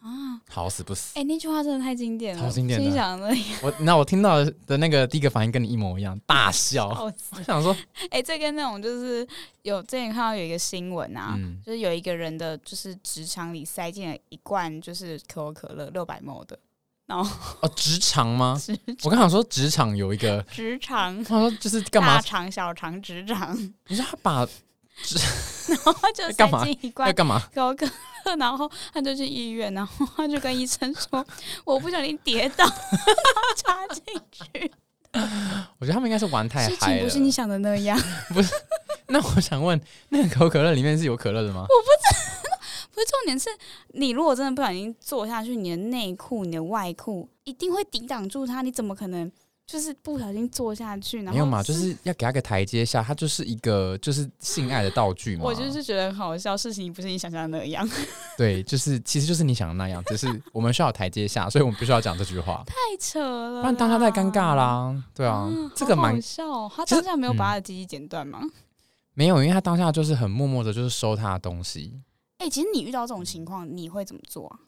[SPEAKER 1] 啊！
[SPEAKER 2] 好死不死，
[SPEAKER 1] 哎、那句话真的太经典了，
[SPEAKER 2] 超经典的
[SPEAKER 1] 心想的
[SPEAKER 2] 我那我听到的那个第一个反应跟你一模一样，大笑，
[SPEAKER 1] 笑死。
[SPEAKER 2] 我想说，
[SPEAKER 1] 哎、这跟那种就是有之前看到有一个新闻啊，
[SPEAKER 2] 嗯，
[SPEAKER 1] 就是有一个人的就是职场里塞进了一罐就是可口可乐六百 ml 的，然后
[SPEAKER 2] 哦职场吗？
[SPEAKER 1] 职
[SPEAKER 2] 我刚想说职场有一
[SPEAKER 1] <laughs>
[SPEAKER 2] 个，
[SPEAKER 1] 职场
[SPEAKER 2] 我想说就是干嘛
[SPEAKER 1] 大肠小肠职场，
[SPEAKER 2] 你说他
[SPEAKER 1] <laughs>
[SPEAKER 2] 把
[SPEAKER 1] 然后 <laughs> 就塞
[SPEAKER 2] 干嘛
[SPEAKER 1] 进一
[SPEAKER 2] 要
[SPEAKER 1] 罐
[SPEAKER 2] 干嘛？
[SPEAKER 1] 可口可乐， <laughs> 然后他就去医院，然后他就跟医生说 <laughs> 我不小心跌倒，然 <laughs> 后插进去，
[SPEAKER 2] 我觉得他们应该是玩 <laughs> 太
[SPEAKER 1] 事
[SPEAKER 2] 嗨
[SPEAKER 1] 情
[SPEAKER 2] 了。
[SPEAKER 1] 不是你想的那样。
[SPEAKER 2] <laughs> 那我想问，那个可口可乐里面是有可乐的吗？
[SPEAKER 1] <laughs> 不是重点是，你如果真的不小心坐下去，你的内裤、你的外裤一定会抵挡住它，你怎么可能就是不小心坐下去？然
[SPEAKER 2] 没有
[SPEAKER 1] 后
[SPEAKER 2] 嘛，就是要给他个台阶下，它就是一个就是性爱的道具嘛。
[SPEAKER 1] 我就是觉得很好笑，事情不是你想象的那样， <laughs> 太
[SPEAKER 2] 对，就是其实就是你想的那样，只是我们需要有台阶下，所以我们必须要讲这句
[SPEAKER 1] <laughs>
[SPEAKER 2] 话，
[SPEAKER 1] 扯了啦，
[SPEAKER 2] 不然当他太尴尬啦。对啊，
[SPEAKER 1] 啊嗯。
[SPEAKER 2] 这个
[SPEAKER 1] 好
[SPEAKER 2] 蛮
[SPEAKER 1] 好笑哦、他
[SPEAKER 2] 其实嗯
[SPEAKER 1] 当下没有把他的鸡鸡剪断吗？
[SPEAKER 2] 没有，因为他当下就是很默默的，就是收他的东西。
[SPEAKER 1] 哎、其实你遇到这种情况，你会怎么做啊？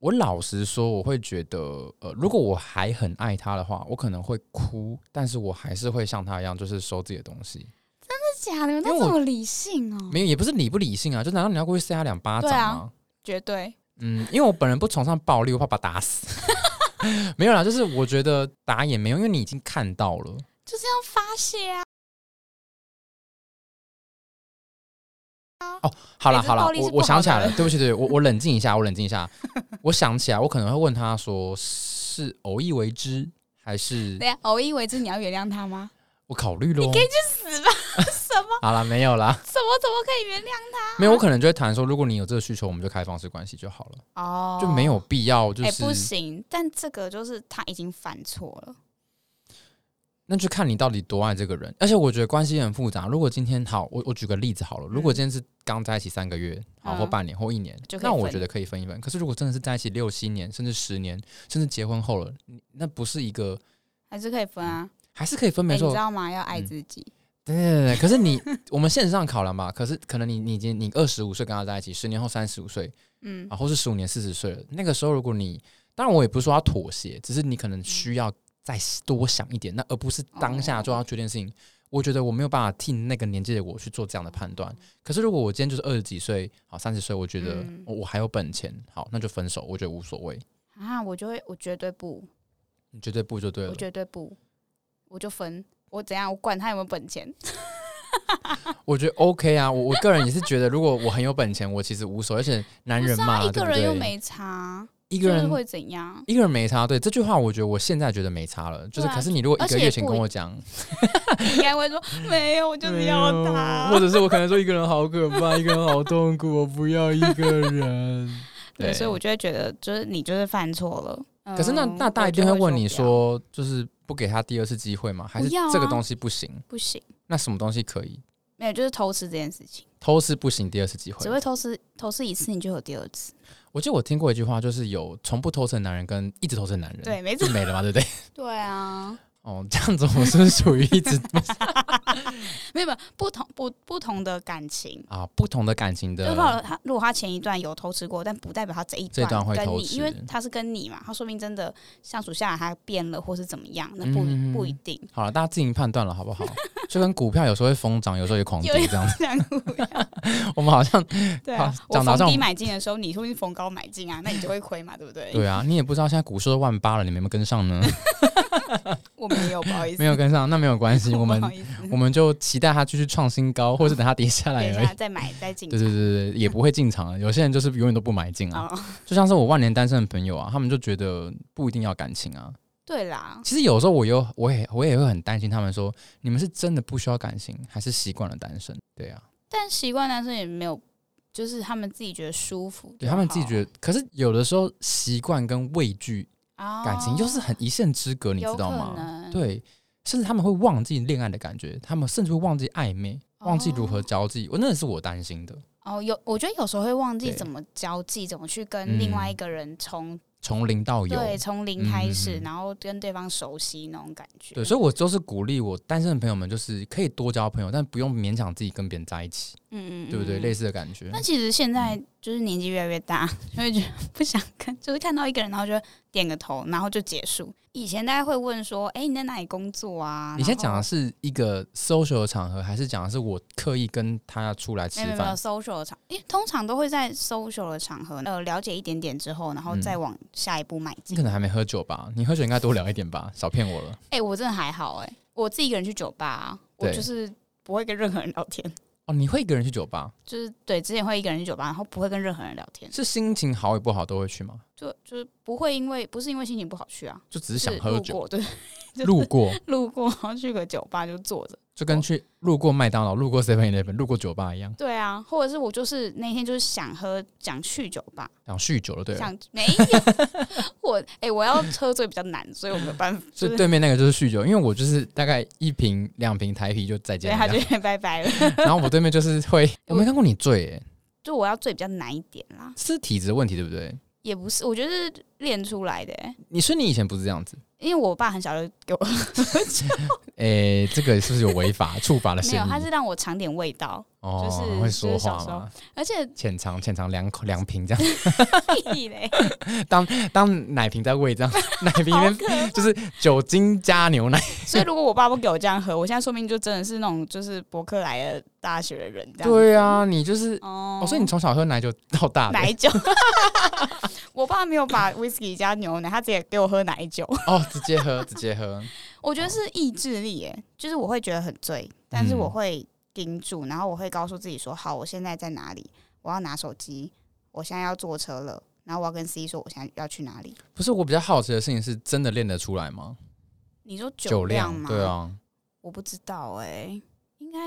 [SPEAKER 2] 我老实说，我会觉得，呃，如果我还很爱他的话，我可能会哭，但是我还是会像他一样，就是收自己的东西。
[SPEAKER 1] 真的假的？有
[SPEAKER 2] 因
[SPEAKER 1] 那
[SPEAKER 2] 为我
[SPEAKER 1] 这么理性哦、
[SPEAKER 2] 没有，也不是理不理性啊，就难道你要过去扇他两巴
[SPEAKER 1] 对
[SPEAKER 2] 掌吗？
[SPEAKER 1] 啊绝对。
[SPEAKER 2] 嗯，因为我本人不崇尚暴力，我怕把他打死。 <laughs> 没有啦，就是我觉得打也没用，因为你已经看到了。
[SPEAKER 1] 就是要发泄啊！
[SPEAKER 2] 好啦
[SPEAKER 1] 哎这
[SPEAKER 2] 好啦
[SPEAKER 1] 暴，力
[SPEAKER 2] 我
[SPEAKER 1] 是不
[SPEAKER 2] 我
[SPEAKER 1] 好
[SPEAKER 2] 想起来
[SPEAKER 1] 的
[SPEAKER 2] 了， <laughs> 对不起对不起，我我冷静一下，我冷静一下，我想起来，我可能会问他说是偶意为之，还是
[SPEAKER 1] 对呀，啊偶一为之，你要原谅他吗？
[SPEAKER 2] 我考虑咯。
[SPEAKER 1] 死吧！ <laughs> 什么？
[SPEAKER 2] <laughs> 好啦，没有啦，
[SPEAKER 1] 怎么怎么可以原谅
[SPEAKER 2] 没有，我可能就会谈说，如果你有这个需求，我们就开放式关系就好了，
[SPEAKER 1] 他？哦，
[SPEAKER 2] 就没有必要就
[SPEAKER 1] 哎、
[SPEAKER 2] 是、
[SPEAKER 1] 不行，但这个就是他已经犯错了。
[SPEAKER 2] 那就看你到底多爱这个人。而且我觉得关系很复杂。如果今天好，我我举个例子好了，如果今天是刚在一起三个月，好
[SPEAKER 1] 嗯
[SPEAKER 2] 或半年或一年
[SPEAKER 1] 就，可以
[SPEAKER 2] 那我
[SPEAKER 1] 分
[SPEAKER 2] 觉得可以分一分。可是如果真的是在一起六七年，甚至十年，甚至结婚后了，你那不是一个
[SPEAKER 1] 还是可以分啊，
[SPEAKER 2] 还是可以分
[SPEAKER 1] 哎
[SPEAKER 2] 嗯没
[SPEAKER 1] 你
[SPEAKER 2] 错
[SPEAKER 1] 知。道吗？要爱
[SPEAKER 2] 嗯
[SPEAKER 1] 自己。
[SPEAKER 2] 对对对，可
[SPEAKER 1] <laughs>
[SPEAKER 2] 是你我们线上考量吧，可是可能你你已经你二十五岁跟他在一起，十年后三十五岁，
[SPEAKER 1] 嗯，
[SPEAKER 2] 啊然后是十五年四十岁了，那个时候如果你，当然我也不是说要妥协，只是你
[SPEAKER 1] 嗯
[SPEAKER 2] 可能需要再多想一点，那而不是
[SPEAKER 1] 哦
[SPEAKER 2] 当下就要决定事情。我觉得我没有办法替那个年纪的我去做这样的判断。可是如果我今天就是二十几岁，好三十岁，我觉得
[SPEAKER 1] 嗯
[SPEAKER 2] 我我还有本钱，好那就分手，我觉得无所谓，
[SPEAKER 1] 啊，我就会，我绝对不，
[SPEAKER 2] 你绝对不就对
[SPEAKER 1] 我
[SPEAKER 2] 了。
[SPEAKER 1] 绝对不，我就分，我怎样，我管他有没有本钱。
[SPEAKER 2] 我觉得 OK 啊，我我个人也是觉得，如果我很有本钱，我其实无所谓，而且男
[SPEAKER 1] 不
[SPEAKER 2] 人
[SPEAKER 1] 是啊，
[SPEAKER 2] 嘛，
[SPEAKER 1] 一
[SPEAKER 2] 对
[SPEAKER 1] 个
[SPEAKER 2] 不
[SPEAKER 1] 人又
[SPEAKER 2] 对？
[SPEAKER 1] 没差，
[SPEAKER 2] 一
[SPEAKER 1] 一
[SPEAKER 2] 个人
[SPEAKER 1] 会怎样？
[SPEAKER 2] 一个人没差，对这句话，我觉得我现在觉得没差了。就
[SPEAKER 1] 对
[SPEAKER 2] 是，
[SPEAKER 1] 啊
[SPEAKER 2] 可是你如果一
[SPEAKER 1] 而且
[SPEAKER 2] 个
[SPEAKER 1] 也
[SPEAKER 2] 月前
[SPEAKER 1] 不
[SPEAKER 2] 跟我讲，
[SPEAKER 1] 应该
[SPEAKER 2] <laughs>
[SPEAKER 1] 会说没有，我就是要 <laughs> 他。
[SPEAKER 2] 啊或者是我可能说一个人好可怕，一个人好痛苦，我不要一个人。
[SPEAKER 1] 对，所以我就会觉得，就是你就是犯错了。
[SPEAKER 2] <laughs> 可是那
[SPEAKER 1] 嗯
[SPEAKER 2] 那大
[SPEAKER 1] 我
[SPEAKER 2] 一定会
[SPEAKER 1] 就
[SPEAKER 2] 问你
[SPEAKER 1] 不要
[SPEAKER 2] 说，就是不给他第二次机会吗？还是
[SPEAKER 1] 不要啊
[SPEAKER 2] 这个东西不行？
[SPEAKER 1] 不行，
[SPEAKER 2] 那什么东西可以？
[SPEAKER 1] 没有，就是偷吃这件事情，
[SPEAKER 2] 偷是不行，第二次机
[SPEAKER 1] 只
[SPEAKER 2] 会。
[SPEAKER 1] 会偷吃，偷吃一次你就有第二次。
[SPEAKER 2] 我记得我听过一句话，就是有从不偷吃的男人跟一直偷吃的男人，
[SPEAKER 1] <laughs> 对，，没错
[SPEAKER 2] 就，没了嘛，对不 <laughs> 对？
[SPEAKER 1] 对啊，
[SPEAKER 2] 哦，这样子我是不是属于一
[SPEAKER 1] <laughs>
[SPEAKER 2] 直
[SPEAKER 1] 没有没有不同不不同的感情。
[SPEAKER 2] 啊不同的感
[SPEAKER 1] <laughs>
[SPEAKER 2] 情
[SPEAKER 1] 就如
[SPEAKER 2] 的，
[SPEAKER 1] 果他如果他前一段有偷吃过，但不代表他这一
[SPEAKER 2] 这一段会
[SPEAKER 1] 跟
[SPEAKER 2] 偷
[SPEAKER 1] 你，
[SPEAKER 2] 吃
[SPEAKER 1] 因为他是跟你嘛，他说不定真的相处下来他变了，或是怎么样，那不、
[SPEAKER 2] 嗯
[SPEAKER 1] 不一定。 <laughs>
[SPEAKER 2] 好了，大家自行判断了，好不好？ <laughs> 就跟股票有时候会疯涨，有时候也狂跌
[SPEAKER 1] 有有
[SPEAKER 2] 这样子。
[SPEAKER 1] 这
[SPEAKER 2] <laughs>
[SPEAKER 1] 样不一样
[SPEAKER 2] 我们好
[SPEAKER 1] <laughs>
[SPEAKER 2] 像
[SPEAKER 1] 对啊
[SPEAKER 2] 好，
[SPEAKER 1] 我
[SPEAKER 2] 讲得好像
[SPEAKER 1] 逢
[SPEAKER 2] 我
[SPEAKER 1] 低买进的时候，你说不定逢高买进啊，那你就会亏嘛，对不对？
[SPEAKER 2] 对啊，你也不知道现在股市都万八了，你们有没有跟上呢？
[SPEAKER 1] 我没有，不好意思，
[SPEAKER 2] 没有跟上，那没有关系，我们
[SPEAKER 1] <laughs> 不好意思，
[SPEAKER 2] 我们就期待它继续创新高，或者等它跌下来
[SPEAKER 1] 等一
[SPEAKER 2] 而已
[SPEAKER 1] 下。再买再进
[SPEAKER 2] 对
[SPEAKER 1] 场。
[SPEAKER 2] 对对对，也不会进场了。有些人就是永远都不买进啊，
[SPEAKER 1] 哦， <laughs>
[SPEAKER 2] 就像是我万年单身的朋友啊，他们就觉得不一定要感情啊。
[SPEAKER 1] 对啦，
[SPEAKER 2] 其实有时候我有，我也我也会很担心他们说，你们是真的不需要感情，还是习惯了单身？对啊，
[SPEAKER 1] 但习惯单身也没有，就是他们自己觉得舒服就好，
[SPEAKER 2] 对他们自己觉得，可是有的时候习惯跟畏惧
[SPEAKER 1] 哦
[SPEAKER 2] 感情又是很一线之隔，你知
[SPEAKER 1] 有
[SPEAKER 2] 道
[SPEAKER 1] 可
[SPEAKER 2] 吗？
[SPEAKER 1] 能，
[SPEAKER 2] 对，甚至他们会忘记恋爱的感觉，他们甚至会忘记暧昧，忘记如何
[SPEAKER 1] 哦
[SPEAKER 2] 交际。我那也是我担心的，
[SPEAKER 1] 哦，有，我觉得有时候会忘记
[SPEAKER 2] 对
[SPEAKER 1] 怎么交际，怎么去跟另外
[SPEAKER 2] 嗯
[SPEAKER 1] 一个人从、
[SPEAKER 2] 从零到有。
[SPEAKER 1] 对从零开始，
[SPEAKER 2] 嗯嗯嗯
[SPEAKER 1] 然后跟对方熟悉那种感觉。
[SPEAKER 2] 对，所以我就是鼓励我单身的朋友们，就是可以多交朋友，但不用勉强自己跟别人在一起，
[SPEAKER 1] 嗯嗯，
[SPEAKER 2] 对不对？类
[SPEAKER 1] 似。
[SPEAKER 2] 似的嗯感觉
[SPEAKER 1] 那。其实现在就是年纪越来越大， <laughs> 就会觉得不想跟，就是看到一个人，然后就点个头，然后就结束。以前大家会问说：“哎、你在哪里工作啊？”
[SPEAKER 2] 你现
[SPEAKER 1] 然
[SPEAKER 2] 在讲
[SPEAKER 1] 后
[SPEAKER 2] 的是一个 social 的场合，还是讲的是我刻意跟他出来吃
[SPEAKER 1] 没有没有没有
[SPEAKER 2] 饭？
[SPEAKER 1] social 的场，因为通常都会在 social 的场合，呃，了解一点点之后，然后
[SPEAKER 2] 嗯
[SPEAKER 1] 再往下一步迈
[SPEAKER 2] 你
[SPEAKER 1] 进。
[SPEAKER 2] 可能还没喝酒吧？你喝酒应该多聊一点吧，少骗我了。
[SPEAKER 1] 哎、我真的还好哎、我自己一个人去酒吧、我
[SPEAKER 2] 对
[SPEAKER 1] 就是不会跟任何人聊天， <laughs>
[SPEAKER 2] 哦，你会一个人去酒吧？
[SPEAKER 1] 就是对之前会一个人去酒吧，然后不会跟任何人聊天，
[SPEAKER 2] 是心情好与不好都会去吗？
[SPEAKER 1] 就就是不会因为不是因为心情不好去啊，
[SPEAKER 2] 就只是
[SPEAKER 1] 是
[SPEAKER 2] 想喝
[SPEAKER 1] 路
[SPEAKER 2] 酒，
[SPEAKER 1] 过对， <laughs> 就是
[SPEAKER 2] 路过
[SPEAKER 1] 路过然后去个酒吧就坐着，
[SPEAKER 2] 就跟去路过麦当劳、路过 Seven Eleven、路过酒吧一样，
[SPEAKER 1] 对啊，或者是我就是那天就是想喝想去酒吧，
[SPEAKER 2] 想酗酒了，对了，
[SPEAKER 1] 想没有 <laughs> 我哎、我要喝醉比较难，所以我没有办法，就
[SPEAKER 2] 所以
[SPEAKER 1] 是
[SPEAKER 2] 对面那个 <laughs> 就是酗酒，因为我就是大概一瓶、两瓶台啤就再
[SPEAKER 1] 所
[SPEAKER 2] 见
[SPEAKER 1] 以他
[SPEAKER 2] 了
[SPEAKER 1] 就，会 <laughs> 拜拜了，
[SPEAKER 2] <laughs> 然后我对面就是
[SPEAKER 1] <laughs>
[SPEAKER 2] 会，我没看过你醉、欸，
[SPEAKER 1] 就我要醉比较难一点啦，
[SPEAKER 2] 是体质问题对不对？
[SPEAKER 1] 也不是，我觉得是练出来的、欸，
[SPEAKER 2] 你说你以前不是这样子，
[SPEAKER 1] 因为我爸很小就给我，
[SPEAKER 2] 诶、这个是不是有
[SPEAKER 1] <laughs>
[SPEAKER 2] 违法触法的
[SPEAKER 1] 没
[SPEAKER 2] 嫌
[SPEAKER 1] 有，
[SPEAKER 2] 疑？
[SPEAKER 1] 他是让我尝点味 <laughs> 道，
[SPEAKER 2] 哦，
[SPEAKER 1] 就是
[SPEAKER 2] 会
[SPEAKER 1] 就
[SPEAKER 2] 说
[SPEAKER 1] 是小
[SPEAKER 2] 话
[SPEAKER 1] 时候
[SPEAKER 2] 吗？
[SPEAKER 1] 而且
[SPEAKER 2] 浅尝浅尝两口两瓶这样，
[SPEAKER 1] 屁嘞，
[SPEAKER 2] 当奶瓶在喂这样，奶瓶
[SPEAKER 1] <laughs>
[SPEAKER 2] 里
[SPEAKER 1] 好
[SPEAKER 2] 面
[SPEAKER 1] 可怕。
[SPEAKER 2] 就是酒精加牛奶。
[SPEAKER 1] 所以如果我爸不给我这样喝，我现在说明就真的是那种就是伯克莱的大学的人这样。
[SPEAKER 2] 对啊，你就是
[SPEAKER 1] 哦
[SPEAKER 2] 哦，所以你从小喝奶酒到大的
[SPEAKER 1] 奶酒， <laughs> 我爸没有把 whisky 加牛奶，他直接给我喝奶酒。
[SPEAKER 2] 哦，直接喝，直接喝。
[SPEAKER 1] 我
[SPEAKER 2] 哦
[SPEAKER 1] 觉得是意志力，耶，就是我会觉得很醉，但是
[SPEAKER 2] 嗯
[SPEAKER 1] 我会盯住，然后我会告诉自己说：好，我现在在哪里？我要拿手机，我现在要坐车了，然后我要跟 C 说我现在要去哪里。
[SPEAKER 2] 不是，我比较好奇的事情是真的练得出来吗？
[SPEAKER 1] 你说
[SPEAKER 2] 酒
[SPEAKER 1] 量
[SPEAKER 2] 量，
[SPEAKER 1] 吗？
[SPEAKER 2] 对，啊。
[SPEAKER 1] 我不知道哎、应该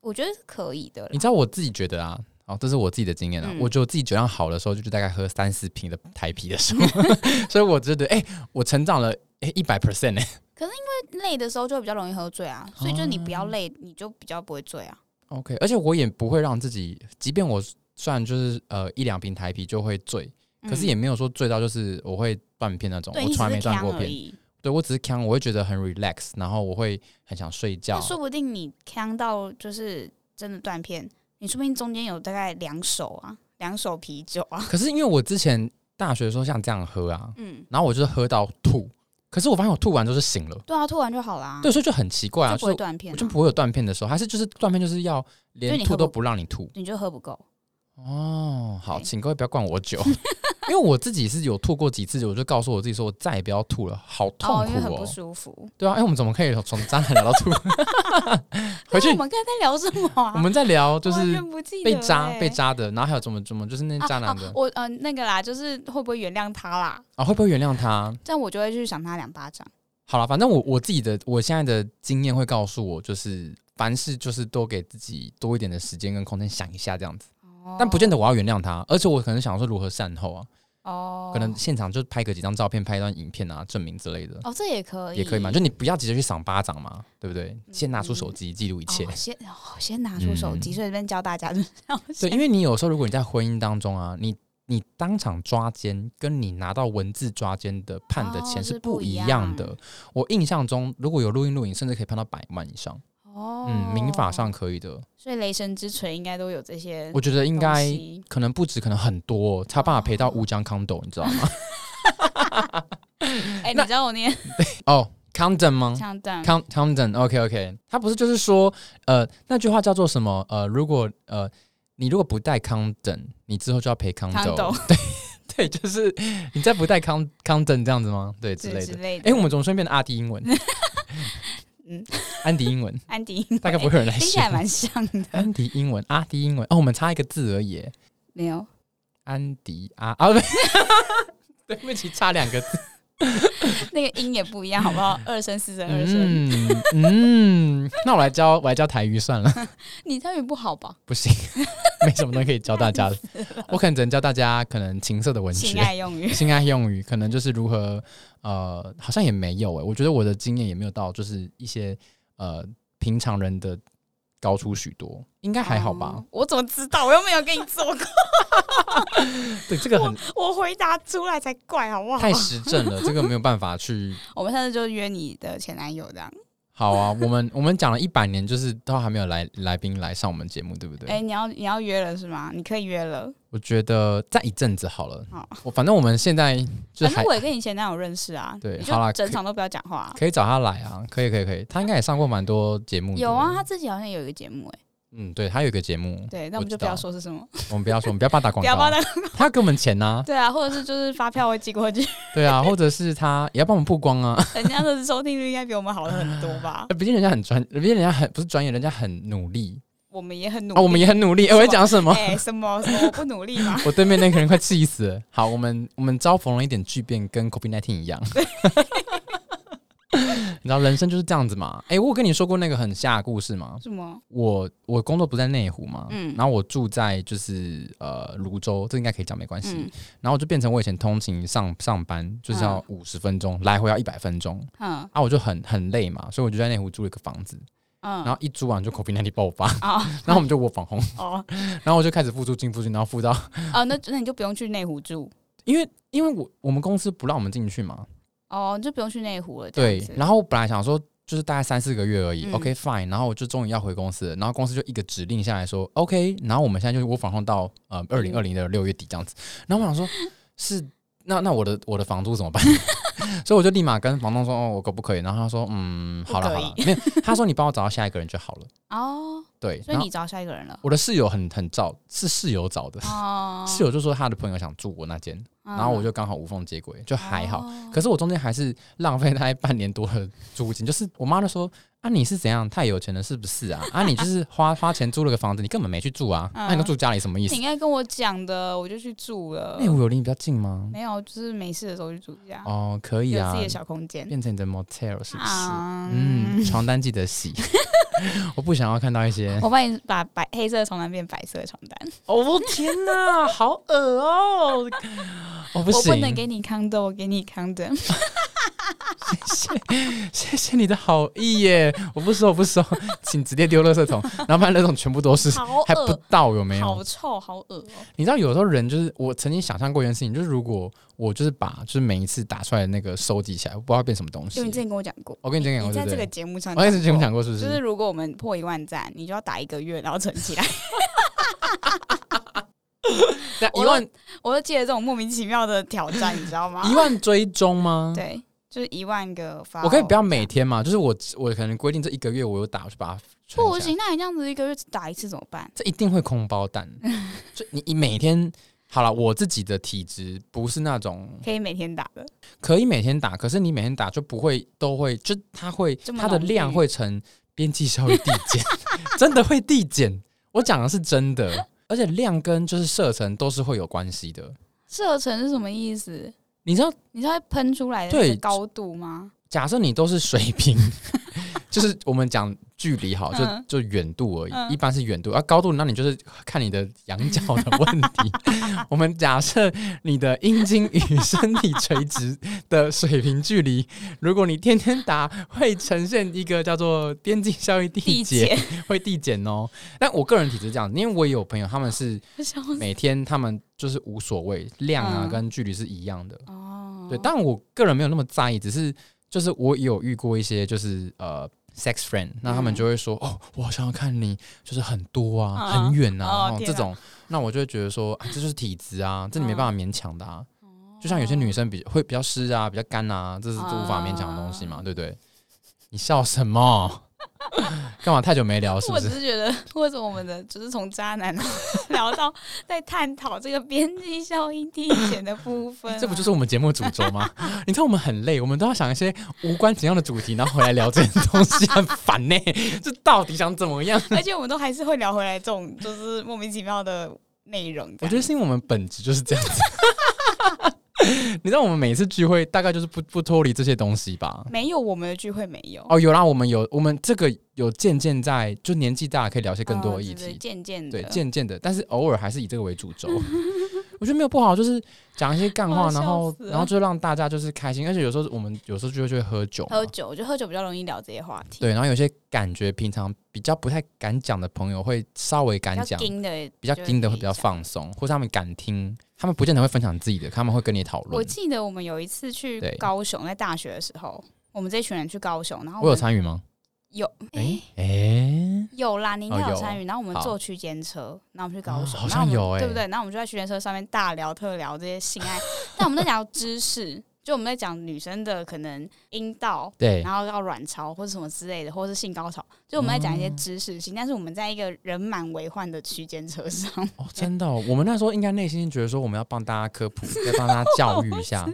[SPEAKER 1] 我觉得是可以的啦
[SPEAKER 2] 你知道我自己觉得啊，哦，这是我自己的经验啊。
[SPEAKER 1] 嗯
[SPEAKER 2] 我觉得我自己酒量好的时候，就是大概喝三四瓶的台啤的时
[SPEAKER 1] <laughs>
[SPEAKER 2] 候，所以我觉得，哎、我成长了哎一百 percent 哎，
[SPEAKER 1] 累的时候就比较容易喝醉啊，所以就是你不
[SPEAKER 2] 哦
[SPEAKER 1] 要累，你就比较不会醉啊。
[SPEAKER 2] OK，而且我也不会让自己，即便我虽然就是呃一两瓶台啤就会醉，可是也没有说醉到就是我会断片那种，
[SPEAKER 1] 嗯对，
[SPEAKER 2] 我
[SPEAKER 1] 你只
[SPEAKER 2] 从来没
[SPEAKER 1] 是
[SPEAKER 2] 断
[SPEAKER 1] 呛
[SPEAKER 2] 过
[SPEAKER 1] 而
[SPEAKER 2] 片。
[SPEAKER 1] 已。
[SPEAKER 2] 对我只是呛，我会觉得很 relax，然后我会很想睡觉
[SPEAKER 1] 那。说不定你呛到就是真的断片，你说不定中间有大概两手啊，两手啤酒啊。
[SPEAKER 2] 可是因为我之前大学的时候像这样喝啊，
[SPEAKER 1] 嗯，
[SPEAKER 2] 然后我就是喝到吐，可是我发现我吐完之后就醒了，
[SPEAKER 1] 对啊，吐完就好啦，
[SPEAKER 2] 对，所以就很奇怪啊，
[SPEAKER 1] 就不会
[SPEAKER 2] 就是
[SPEAKER 1] 断片啊、
[SPEAKER 2] 我就不会有断片的时候，还是就是断片就是要连
[SPEAKER 1] 就你喝
[SPEAKER 2] 吐
[SPEAKER 1] 不
[SPEAKER 2] 都不让你吐
[SPEAKER 1] 你就喝不够。
[SPEAKER 2] 哦。好，
[SPEAKER 1] 对
[SPEAKER 2] 请各位不要灌我
[SPEAKER 1] <laughs>
[SPEAKER 2] 酒，因为我自己是有吐过几次，我就告诉我自己说我再也不要吐了，好痛
[SPEAKER 1] 哦，因为
[SPEAKER 2] 苦
[SPEAKER 1] 很不
[SPEAKER 2] 哦。
[SPEAKER 1] 舒服。
[SPEAKER 2] 对啊，哎、我们怎么可以从渣男聊到吐？ <laughs> 回去
[SPEAKER 1] 那我们刚才在聊什么啊？
[SPEAKER 2] 我们再聊，就
[SPEAKER 1] 我完
[SPEAKER 2] 是
[SPEAKER 1] 全不记得
[SPEAKER 2] 被渣
[SPEAKER 1] 欸
[SPEAKER 2] 被渣的，然后还有怎么怎么就是那渣男
[SPEAKER 1] 啊啊
[SPEAKER 2] 的
[SPEAKER 1] 我呃那个啦，就是会不会原谅他啦？
[SPEAKER 2] 啊，会不会原谅他？
[SPEAKER 1] 这样我就会去赏他两巴掌。
[SPEAKER 2] 好了，反正我我自己的我现在的经验会告诉我，就是凡事就是多给自己多一点的时间跟空间想一下这样子，哦但不见得我要原谅他，而且我可能想说如何善后啊，
[SPEAKER 1] 哦，
[SPEAKER 2] 可能现场就拍个几张照片，拍一段影片啊，证明之类的。
[SPEAKER 1] 哦，这也可以，
[SPEAKER 2] 也可以嘛，就你不要急着去赏巴掌嘛，对不对？
[SPEAKER 1] 嗯
[SPEAKER 2] 先拿出手机记录一切 <laughs>
[SPEAKER 1] 哦、。先、哦、先拿出手机，
[SPEAKER 2] 嗯
[SPEAKER 1] 所以这边教大家，就是要
[SPEAKER 2] 对，
[SPEAKER 1] 先
[SPEAKER 2] 因为你有时候如果你在婚姻当中啊，你你当场抓奸，跟你拿到文字抓奸的判的
[SPEAKER 1] 哦
[SPEAKER 2] 钱
[SPEAKER 1] 是
[SPEAKER 2] 是不
[SPEAKER 1] 不一
[SPEAKER 2] 一
[SPEAKER 1] 样
[SPEAKER 2] 样的。我印象中，如果有录音录影，甚至可以判到百万以上。
[SPEAKER 1] 哦，
[SPEAKER 2] 嗯，民法上，可以的，
[SPEAKER 1] 所以雷神之锤应该都有这些
[SPEAKER 2] 我觉得应
[SPEAKER 1] 东
[SPEAKER 2] 该
[SPEAKER 1] 西
[SPEAKER 2] 可能不止，可能很多、他爸赔到乌江 condo，你知道 <laughs> 吗？
[SPEAKER 1] 哎、你知道我念
[SPEAKER 2] 哦，condom 吗？
[SPEAKER 1] 像这样
[SPEAKER 2] Com Compton，OK OK，他不是就是说，呃，那句话叫做什么？呃，如果呃，你如果不戴 Compton，你之后就要赔 Condo。
[SPEAKER 1] Condo
[SPEAKER 2] <laughs> 对，就是你再不戴 Con Compton 这样子吗？对，之
[SPEAKER 1] 之
[SPEAKER 2] 类
[SPEAKER 1] 之
[SPEAKER 2] 的。
[SPEAKER 1] 类
[SPEAKER 2] 哎、
[SPEAKER 1] 的，
[SPEAKER 2] 我们总算变成阿迪 <laughs> 英文，
[SPEAKER 1] 嗯，
[SPEAKER 2] 安迪英文，
[SPEAKER 1] 安迪
[SPEAKER 2] <laughs> 大概不会有人来
[SPEAKER 1] <laughs> 听起
[SPEAKER 2] 学
[SPEAKER 1] 来。蛮像的，
[SPEAKER 2] 安迪英文，阿迪英文，哦，我们差一个字而已。
[SPEAKER 1] 没
[SPEAKER 2] <laughs>
[SPEAKER 1] 有，
[SPEAKER 2] 安迪啊啊， <laughs> 不对不起，差两个字。
[SPEAKER 1] 那个音也不一样，好不好？二声、四声、 <laughs> 二声，
[SPEAKER 2] 嗯嗯， <laughs> 那我来教，我来教台语算了。 <laughs>
[SPEAKER 1] 你泰语不好吧？
[SPEAKER 2] 不行， <laughs> 没什么东西可以教大家的。我可能只能教大家可能情色的文
[SPEAKER 1] 性
[SPEAKER 2] 学、
[SPEAKER 1] 爱用语，
[SPEAKER 2] 性爱用语，可能就是如何呃，好像也没有诶、我觉得我的经验也没有到，就是一些呃平常人的高出许多，应该还好吧
[SPEAKER 1] 哦？我怎么知道？我又没有跟你做过， <laughs>
[SPEAKER 2] 对，这个很
[SPEAKER 1] 我回答出来才怪，好不好？
[SPEAKER 2] 太实证了，这个没有办法去。
[SPEAKER 1] 我们下次就约你的前男友这样。
[SPEAKER 2] 好啊， <laughs> 我们我们讲了一百年，就是都还没有来来宾来上我们节目，对不对？
[SPEAKER 1] 哎、你要你要约了是吗？你可以约了。
[SPEAKER 2] 我觉得再一阵子好了。
[SPEAKER 1] 好
[SPEAKER 2] 我反正我们现在就是
[SPEAKER 1] 反
[SPEAKER 2] 还
[SPEAKER 1] 哎正我也跟以前男友认识啊，
[SPEAKER 2] 对
[SPEAKER 1] 你
[SPEAKER 2] 好啦
[SPEAKER 1] 就整场都不要讲话啊、
[SPEAKER 2] 可以找他来啊，可以可以可以，他应该也上过蛮多节目。
[SPEAKER 1] 有啊，，他自己好像有一个节目哎、
[SPEAKER 2] 嗯，对他有一个节目，
[SPEAKER 1] 对，那我
[SPEAKER 2] 我
[SPEAKER 1] 们就
[SPEAKER 2] 知
[SPEAKER 1] 不
[SPEAKER 2] 道
[SPEAKER 1] 要说是什么，
[SPEAKER 2] 我们不要说，我们不要帮他打
[SPEAKER 1] <laughs>
[SPEAKER 2] 广
[SPEAKER 1] 不要帮
[SPEAKER 2] 告，
[SPEAKER 1] 他，、
[SPEAKER 2] 他要给我们钱呐
[SPEAKER 1] 对啊，或者是就是发票会寄过去，
[SPEAKER 2] 对啊， <laughs> 或者是他也要帮我们曝光啊， <laughs>
[SPEAKER 1] 人家的收听率应该比我们好了很多吧？
[SPEAKER 2] 毕竟人家很专，毕竟人家很不是专业，人家很努力
[SPEAKER 1] 我们也很努
[SPEAKER 2] 啊、
[SPEAKER 1] 力，
[SPEAKER 2] 我们也很努力。哎、
[SPEAKER 1] 什么
[SPEAKER 2] 我在讲什么？
[SPEAKER 1] 哎、什么什么我不努力吗？ <laughs>
[SPEAKER 2] 我对面那个人快气死了。好，我们我们遭逢了一点巨变，跟 COVID nineteen 一样。 <laughs> 你知道人生就是这样子嘛？哎、我有跟你说过那个很吓的故事吗？
[SPEAKER 1] 什
[SPEAKER 2] <laughs>
[SPEAKER 1] 么？
[SPEAKER 2] 我我工作不在内湖嘛，
[SPEAKER 1] 嗯
[SPEAKER 2] 然后我住在就是呃泸州，这应该可以讲没关系。
[SPEAKER 1] 嗯
[SPEAKER 2] 然后就变成我以前通勤上上班就是要五十分钟，来回要一百分钟
[SPEAKER 1] 嗯
[SPEAKER 2] 啊，我就很很累嘛，所以我就在内湖租了一个房子，
[SPEAKER 1] 嗯，
[SPEAKER 2] 然后一租完就 COVID 19爆发， <laughs>
[SPEAKER 1] 哦
[SPEAKER 2] 然后我们就我房红，
[SPEAKER 1] 哦
[SPEAKER 2] 然后我就开始付租金付租金，然后付到
[SPEAKER 1] 哦，那那你就不用去内湖住
[SPEAKER 2] 因为因为我我们公司不让我们进去嘛，
[SPEAKER 1] 哦，就不用去内湖了。这样
[SPEAKER 2] 对
[SPEAKER 1] 子，
[SPEAKER 2] 然后我本来想说就是大概三四个月而已、
[SPEAKER 1] 嗯
[SPEAKER 2] o k fine。然后我就终于要回公司了，然后公司就一个指令下来说 OK，然后我们现在就是我访控到呃二零二零的六月底这样子。然后我想说，是那那我的我的房租怎么办？ <laughs> 所以我就立马跟房东说，哦，我可不可以？然后他说，嗯，好了
[SPEAKER 1] 不可
[SPEAKER 2] 好
[SPEAKER 1] 以
[SPEAKER 2] 了，没有，他说你帮我找到下一个人就好了。
[SPEAKER 1] 哦，
[SPEAKER 2] 对，
[SPEAKER 1] 所以
[SPEAKER 2] 然后
[SPEAKER 1] 你找下一个人
[SPEAKER 2] <laughs>
[SPEAKER 1] 了。
[SPEAKER 2] 我的室友很很照，是室友找的，
[SPEAKER 1] 哦，嗯
[SPEAKER 2] 室友就说他的朋友想住我那间，然后我就刚好无缝接轨，就
[SPEAKER 1] 就
[SPEAKER 2] 还好。
[SPEAKER 1] 哦
[SPEAKER 2] 可是我中间还是浪费大概半年多的租金，就是我妈就说啊你是怎样太有钱了是不是啊？啊你就是花花钱租了个房子，你根本没去住啊，那、
[SPEAKER 1] <laughs> 嗯
[SPEAKER 2] 你都住家里什么意思
[SPEAKER 1] 你应？该跟我讲的，我就去住了。
[SPEAKER 2] 内湖有离你比较近吗？
[SPEAKER 1] 没有，就是没事的时候去住一下，
[SPEAKER 2] 哦，可以
[SPEAKER 1] 有
[SPEAKER 2] 啊
[SPEAKER 1] 自己，的小空间。
[SPEAKER 2] 变成你的 motel 是不是？
[SPEAKER 1] 啊
[SPEAKER 2] 嗯，床单记得洗， <laughs> 我不想要看到一些。
[SPEAKER 1] 我帮你把白黑色的床单变白色的床单，
[SPEAKER 2] 哦天 <laughs> 哪，好恶哦！哦不
[SPEAKER 1] 我
[SPEAKER 2] 行
[SPEAKER 1] 不，能给你康的，我给你康的。
[SPEAKER 2] 谢谢你的好意耶！我不收，我不收，请直接丢垃圾桶。然后把垃圾桶全部都是，
[SPEAKER 1] 好
[SPEAKER 2] 还不
[SPEAKER 1] 恶，
[SPEAKER 2] 到有没有？
[SPEAKER 1] 好臭，好恶哦。
[SPEAKER 2] 你知道，有时候人就是我曾经想象过一件事情，就是如果我就是把就是每一次打出来的那个收集起来，我不知道变什么东西
[SPEAKER 1] 就你。之前跟我讲过，
[SPEAKER 2] 我跟你之前讲
[SPEAKER 1] 你
[SPEAKER 2] 过，对
[SPEAKER 1] 在
[SPEAKER 2] 不
[SPEAKER 1] 这个
[SPEAKER 2] 对？
[SPEAKER 1] 节目上，
[SPEAKER 2] 我跟你之前讲过，是不
[SPEAKER 1] 就是
[SPEAKER 2] 是？
[SPEAKER 1] 如果我们破一万赞，你就要打一个月，然后存起来。 <laughs>
[SPEAKER 2] 那一
[SPEAKER 1] 我
[SPEAKER 2] 万
[SPEAKER 1] 我就记得这种莫名其妙的挑战，你知道吗？
[SPEAKER 2] 一万追踪吗？
[SPEAKER 1] 啊对，啊就是一万个发。哦
[SPEAKER 2] 我可以不要每天嘛，就是我我可能规定这一个月我有打，我就把它存
[SPEAKER 1] 不
[SPEAKER 2] 起来
[SPEAKER 1] 行，那你这样子一个月只打一次怎么办？
[SPEAKER 2] 这一定会空包蛋。就你你每天好了，我自己的体质不是那种
[SPEAKER 1] 可以每天打的，
[SPEAKER 2] 可以每天打，可是你每天打就不会都会，就它会
[SPEAKER 1] 这么
[SPEAKER 2] 它的
[SPEAKER 1] 浓郁
[SPEAKER 2] 量会呈边际效益递减， <laughs> 真的会递减。我讲的是真的，而且量跟就是射程都是会有关系的。
[SPEAKER 1] 射程是什么意思？
[SPEAKER 2] 你知道，
[SPEAKER 1] 你知道喷出来的
[SPEAKER 2] 对
[SPEAKER 1] 那个高度吗？
[SPEAKER 2] 假设你都是水
[SPEAKER 1] <laughs>
[SPEAKER 2] 平，就是我们讲距离好，就
[SPEAKER 1] 嗯
[SPEAKER 2] 就远度而已，
[SPEAKER 1] 嗯
[SPEAKER 2] 一般是远度，而、啊高度那你就是看你的仰角的问
[SPEAKER 1] <laughs>
[SPEAKER 2] 题。我们假设你的阴茎与身体垂直的水平距离，如果你天天打，会呈现一个叫做边际效益递
[SPEAKER 1] 地
[SPEAKER 2] 减，
[SPEAKER 1] 姐，
[SPEAKER 2] <laughs> 会递减哦。但我个人体质这样，因为我也有朋友，他们是
[SPEAKER 1] 笑死
[SPEAKER 2] 每天他们就是无所谓量啊，
[SPEAKER 1] 嗯
[SPEAKER 2] 跟距离是一样的。
[SPEAKER 1] 哦，
[SPEAKER 2] 对，但我个人没有那么在意，只是就是我也有遇过一些就是呃 sex friend，那他们
[SPEAKER 1] 嗯
[SPEAKER 2] 就会说、哦，我好想要看你就是很多啊，
[SPEAKER 1] 嗯
[SPEAKER 2] 很远啊，
[SPEAKER 1] 哦天
[SPEAKER 2] 哦
[SPEAKER 1] 啊嗯
[SPEAKER 2] 这种，那我就会觉得说、啊、这就是体质啊，这你没办法勉强的啊。
[SPEAKER 1] 哦
[SPEAKER 2] 就像有些女生比会比较湿啊，比较干啊，这是无法勉强的东西
[SPEAKER 1] 哦
[SPEAKER 2] 嘛，对不对？你笑什么？ <laughs> 干嘛太久没聊是
[SPEAKER 1] <laughs>
[SPEAKER 2] 不
[SPEAKER 1] 我只
[SPEAKER 2] 是？
[SPEAKER 1] 是觉得，为什么我们的就是从渣男 <laughs> 聊到在探讨这个边际效应递减的部分、
[SPEAKER 2] <laughs> 这不就是我们节目主轴吗？ <laughs> 你知道我们很累，我们都要想一些无关紧要的主题，然后回来聊这些东西，很烦呢、这到底想怎么样？
[SPEAKER 1] 而且我们都还是会聊回来这种就是莫名其妙的内容这
[SPEAKER 2] <laughs> 我
[SPEAKER 1] 样。
[SPEAKER 2] 觉得是因为我们本质就是这样子。 <laughs> 你知道我们每次聚会大概就是不不脱离这些东西吧？
[SPEAKER 1] 没有我们的聚会没有，
[SPEAKER 2] 哦，有啦，我们有我们这个有渐渐在就年纪大了可以聊些更多的
[SPEAKER 1] 嗯
[SPEAKER 2] 议
[SPEAKER 1] 对对
[SPEAKER 2] 题，
[SPEAKER 1] 渐渐的
[SPEAKER 2] 对，渐渐的，但是偶尔还是以这个为主
[SPEAKER 1] <laughs>
[SPEAKER 2] 轴。我觉得没有不好，就是讲一些干话，
[SPEAKER 1] 哦笑
[SPEAKER 2] 然后
[SPEAKER 1] 死了
[SPEAKER 2] 然后就让大家就是开心，而且有时候我们有时候就会就会喝酒嘛，
[SPEAKER 1] 喝酒，我觉得喝酒比较容易聊这些话题。
[SPEAKER 2] 对，然后有些感觉平常比较不太敢讲的朋友会稍微敢
[SPEAKER 1] 比较
[SPEAKER 2] 讲，
[SPEAKER 1] 硬的，
[SPEAKER 2] 比较盯的会比
[SPEAKER 1] 就
[SPEAKER 2] 较
[SPEAKER 1] 可以讲
[SPEAKER 2] 放松，或是他们敢听，他们不见得会分享自己的，他们会跟你讨
[SPEAKER 1] 我
[SPEAKER 2] 论。
[SPEAKER 1] 记得我们有一次去
[SPEAKER 2] 对
[SPEAKER 1] 高雄，在大学的时候，我们这群人去高雄，然后
[SPEAKER 2] 我有
[SPEAKER 1] 们
[SPEAKER 2] 参与吗？
[SPEAKER 1] 有
[SPEAKER 2] 哎
[SPEAKER 1] 诶
[SPEAKER 2] 哎，
[SPEAKER 1] 有啦，你应
[SPEAKER 2] 哦
[SPEAKER 1] 该有
[SPEAKER 2] 有
[SPEAKER 1] 参与。然后我们
[SPEAKER 2] 好
[SPEAKER 1] 坐区间车，然后我们去高
[SPEAKER 2] 哦
[SPEAKER 1] 雄，
[SPEAKER 2] 好
[SPEAKER 1] 然后我
[SPEAKER 2] 像
[SPEAKER 1] 们
[SPEAKER 2] 有欸
[SPEAKER 1] 对不对？然后我们就在区间车上面大聊特聊这些性
[SPEAKER 2] <laughs>
[SPEAKER 1] 爱，但我们在聊知识，就我们在讲女生的可能阴道，
[SPEAKER 2] 对，
[SPEAKER 1] 然后到卵巢或者什么之类的，或者是性高潮，就我们在讲一些
[SPEAKER 2] 哦
[SPEAKER 1] 知识性，但是我们在一个人满为患的区间车上， <laughs>
[SPEAKER 2] 哦，真的哦、我们那时候应该内心觉得说我们要帮大家科
[SPEAKER 1] <laughs>
[SPEAKER 2] 普，要帮大家教育一下。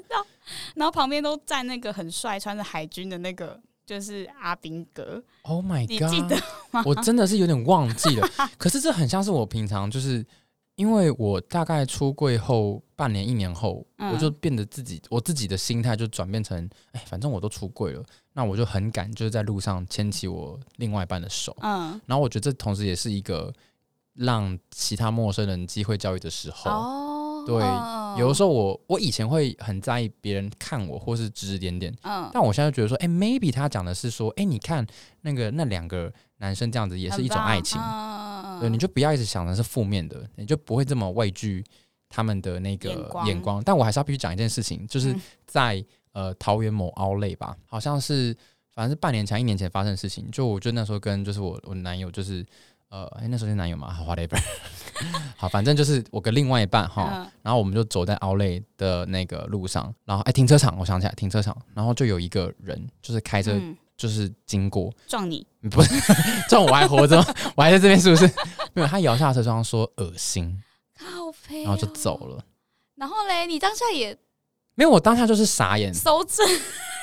[SPEAKER 1] 然后旁边都站那个很帅穿着海军的那个。就是阿兵哥，
[SPEAKER 2] Oh my
[SPEAKER 1] 你记
[SPEAKER 2] god！
[SPEAKER 1] 得
[SPEAKER 2] 我真的是有点忘
[SPEAKER 1] <laughs>
[SPEAKER 2] 记了，可是这很像是我平常就是。因为我大概出柜后半年、一年后，
[SPEAKER 1] 嗯
[SPEAKER 2] 我就变得自己，我自己的心态就转变成，哎，反正我都出柜了，那我就很敢，就是在路上牵起我另外一半的手，
[SPEAKER 1] 嗯，
[SPEAKER 2] 然后我觉得这同时也是一个让其他陌生人机会教育的时候。
[SPEAKER 1] 哦
[SPEAKER 2] 对
[SPEAKER 1] 嗯
[SPEAKER 2] 有的时候我我以前会很在意别人看我或是指指点点，
[SPEAKER 1] 嗯，
[SPEAKER 2] 但我现在就觉得说，哎、m a y b e 他讲的是说，哎、你看那个那两个男生这样子也是一种爱情，
[SPEAKER 1] 很棒嗯嗯嗯嗯
[SPEAKER 2] 对，你就不要一直想的是负面的，你就不会这么畏惧他们的那个
[SPEAKER 1] 眼光
[SPEAKER 2] 但我还是要必须讲一件事情，就是
[SPEAKER 1] 嗯
[SPEAKER 2] 在、呃桃园某凹类吧，好像是反正是半年前、一年前发生的事情。就我就那时候跟就是我我男友就是呃，哎、那时候是男友嘛，好 whatever，好，反正就是我跟另外一半哈，
[SPEAKER 1] 嗯
[SPEAKER 2] 然后我们就走在 Outlet 的那个路上，然后哎、停车场，我想起来停车场，然后就有一个人就是开车、
[SPEAKER 1] 嗯，
[SPEAKER 2] 就是经过，
[SPEAKER 1] 撞你，
[SPEAKER 2] 不是这种我还活着吗， <laughs> 我还在这边是不是？没有，他摇下车窗说恶心，
[SPEAKER 1] 靠背，哦
[SPEAKER 2] 然后就走。了。
[SPEAKER 1] 然后嘞，你当下也
[SPEAKER 2] 没有，我当下就是傻眼，
[SPEAKER 1] 搜证，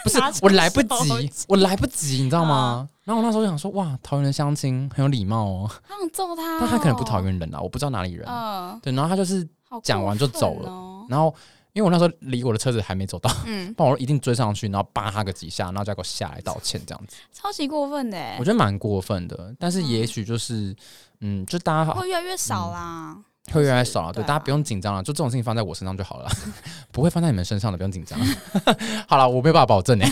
[SPEAKER 2] 不是
[SPEAKER 1] 拿出
[SPEAKER 2] 我来不
[SPEAKER 1] 手
[SPEAKER 2] 及
[SPEAKER 1] 机，
[SPEAKER 2] 我来不及，你知道
[SPEAKER 1] 嗯
[SPEAKER 2] 吗？然后我那时候就想说，哇，桃园的相亲很有礼貌哦，
[SPEAKER 1] <laughs> 他想揍他、
[SPEAKER 2] 但他可能不桃，园人啦，啊我不知道哪里人。
[SPEAKER 1] 嗯，
[SPEAKER 2] 对，然后他就是，
[SPEAKER 1] 好过
[SPEAKER 2] 讲完就走了
[SPEAKER 1] 分哦
[SPEAKER 2] 然后因为我那时候离我的车子还没走到， <laughs>
[SPEAKER 1] 嗯，
[SPEAKER 2] 不然我一定追上去，然后扒他个几下，然后再给我下来道歉这样子，
[SPEAKER 1] 超级过分的欸，
[SPEAKER 2] 我觉得蛮过分的。但是也许就是，嗯，就大家
[SPEAKER 1] 会越来越少啦。
[SPEAKER 2] 会越来越少了，对，
[SPEAKER 1] 对啊
[SPEAKER 2] 大家不用紧张了，就这种事情放在我身上就好了， <laughs> 不会放在你们身上的，不用紧张。 <laughs> 好了，我没有办法保证哎、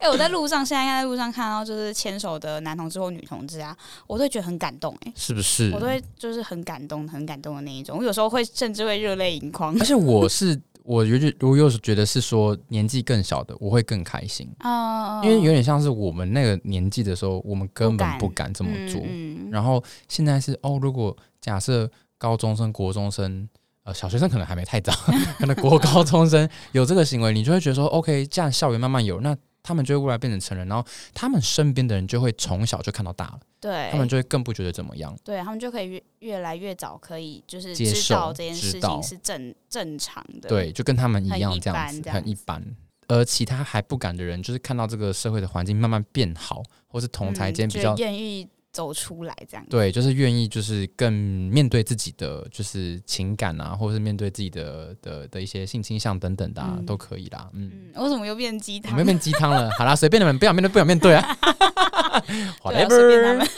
[SPEAKER 1] 哎、我在路上现在在路上看到就是牵手的男同志或女同志啊，我都会觉得很感动哎、
[SPEAKER 2] 是不是
[SPEAKER 1] 我都会就是很感动、很感动的那一种。我有时候会甚至会热泪盈眶
[SPEAKER 2] <laughs> 而。且我是，我有点，我又是觉得是说年纪更小的，我会更开心，
[SPEAKER 1] 啊，
[SPEAKER 2] 因为有点像是我们那个年纪的时候，我们根本不
[SPEAKER 1] 不
[SPEAKER 2] 敢这么做。
[SPEAKER 1] 嗯嗯
[SPEAKER 2] 然后现在是哦，如果假设高中生、国中生。呃，小学生可能还没太早， <laughs> 可能国高中生有这个行为，你就会觉得说，OK，这样校园慢慢有，那他们就会未来变成成人，然后他们身边的人就会从小就看到大了，
[SPEAKER 1] 对
[SPEAKER 2] 他们就会更不觉得怎么样。
[SPEAKER 1] 对他们就可以越越来越早可以就是
[SPEAKER 2] 接
[SPEAKER 1] 知道
[SPEAKER 2] 受
[SPEAKER 1] 这件
[SPEAKER 2] 知
[SPEAKER 1] 事
[SPEAKER 2] 道
[SPEAKER 1] 情是正正常的。
[SPEAKER 2] 对，就跟他们一
[SPEAKER 1] 很
[SPEAKER 2] 样
[SPEAKER 1] 一
[SPEAKER 2] 这样
[SPEAKER 1] 般
[SPEAKER 2] 子，
[SPEAKER 1] 这
[SPEAKER 2] 很
[SPEAKER 1] 样
[SPEAKER 2] 一般。而其他还不敢的人，就是看到这个社会的环境慢慢变好，或是同台
[SPEAKER 1] 嗯
[SPEAKER 2] 间
[SPEAKER 1] 就
[SPEAKER 2] 比较、
[SPEAKER 1] 愿意走出来这样。
[SPEAKER 2] 对，就是愿意就是更面对自己的就是情感啊，或是面对自己的的的一些性倾向等等的、啊
[SPEAKER 1] 嗯
[SPEAKER 2] 都可以啦。嗯，
[SPEAKER 1] 嗯，为什么又变鸡
[SPEAKER 2] 我
[SPEAKER 1] 汤
[SPEAKER 2] 们？变鸡汤了，好啦，随便你们，不想面对不想面对啊
[SPEAKER 1] <laughs> 对啊随便他
[SPEAKER 2] ，whatever，
[SPEAKER 1] 们哦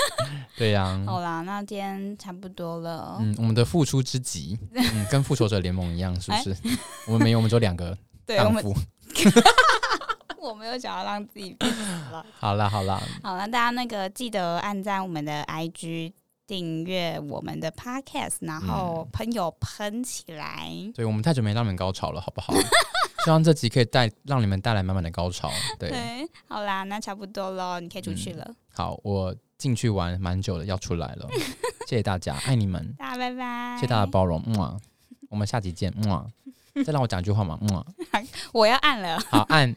[SPEAKER 2] 对呀、
[SPEAKER 1] 好啦，那今天差不多了。
[SPEAKER 2] 嗯嗯，我们的付出
[SPEAKER 1] <laughs>
[SPEAKER 2] 之极，嗯，跟复仇者联盟一样，是不是？我们没有，我们只有两个
[SPEAKER 1] 哎 <laughs> 对我
[SPEAKER 2] 荡
[SPEAKER 1] 们，
[SPEAKER 2] 妇。
[SPEAKER 1] 我没有想要让自己变死了。
[SPEAKER 2] 好啦，好啦，
[SPEAKER 1] 好了，大家那个记得按赞我们的 IG，订阅我们的 Podcast，然
[SPEAKER 2] 嗯
[SPEAKER 1] 后朋友喷起来。
[SPEAKER 2] 对，我们太久没让你们高潮了，好不 <laughs> 好？希望这集可以带让你们带来满满的高潮。对，嗯
[SPEAKER 1] 对，好啦，那差不多喽，你可以出去了，
[SPEAKER 2] 好，我进去玩蛮久了，要出来了，谢谢大家，爱你们，
[SPEAKER 1] 大家拜拜。
[SPEAKER 2] 谢谢大家的，包容，嗯、啊，我们下集见，嗯、啊，再让我讲一句话嘛，嗯、啊，
[SPEAKER 1] 我要按了。
[SPEAKER 2] 好，按。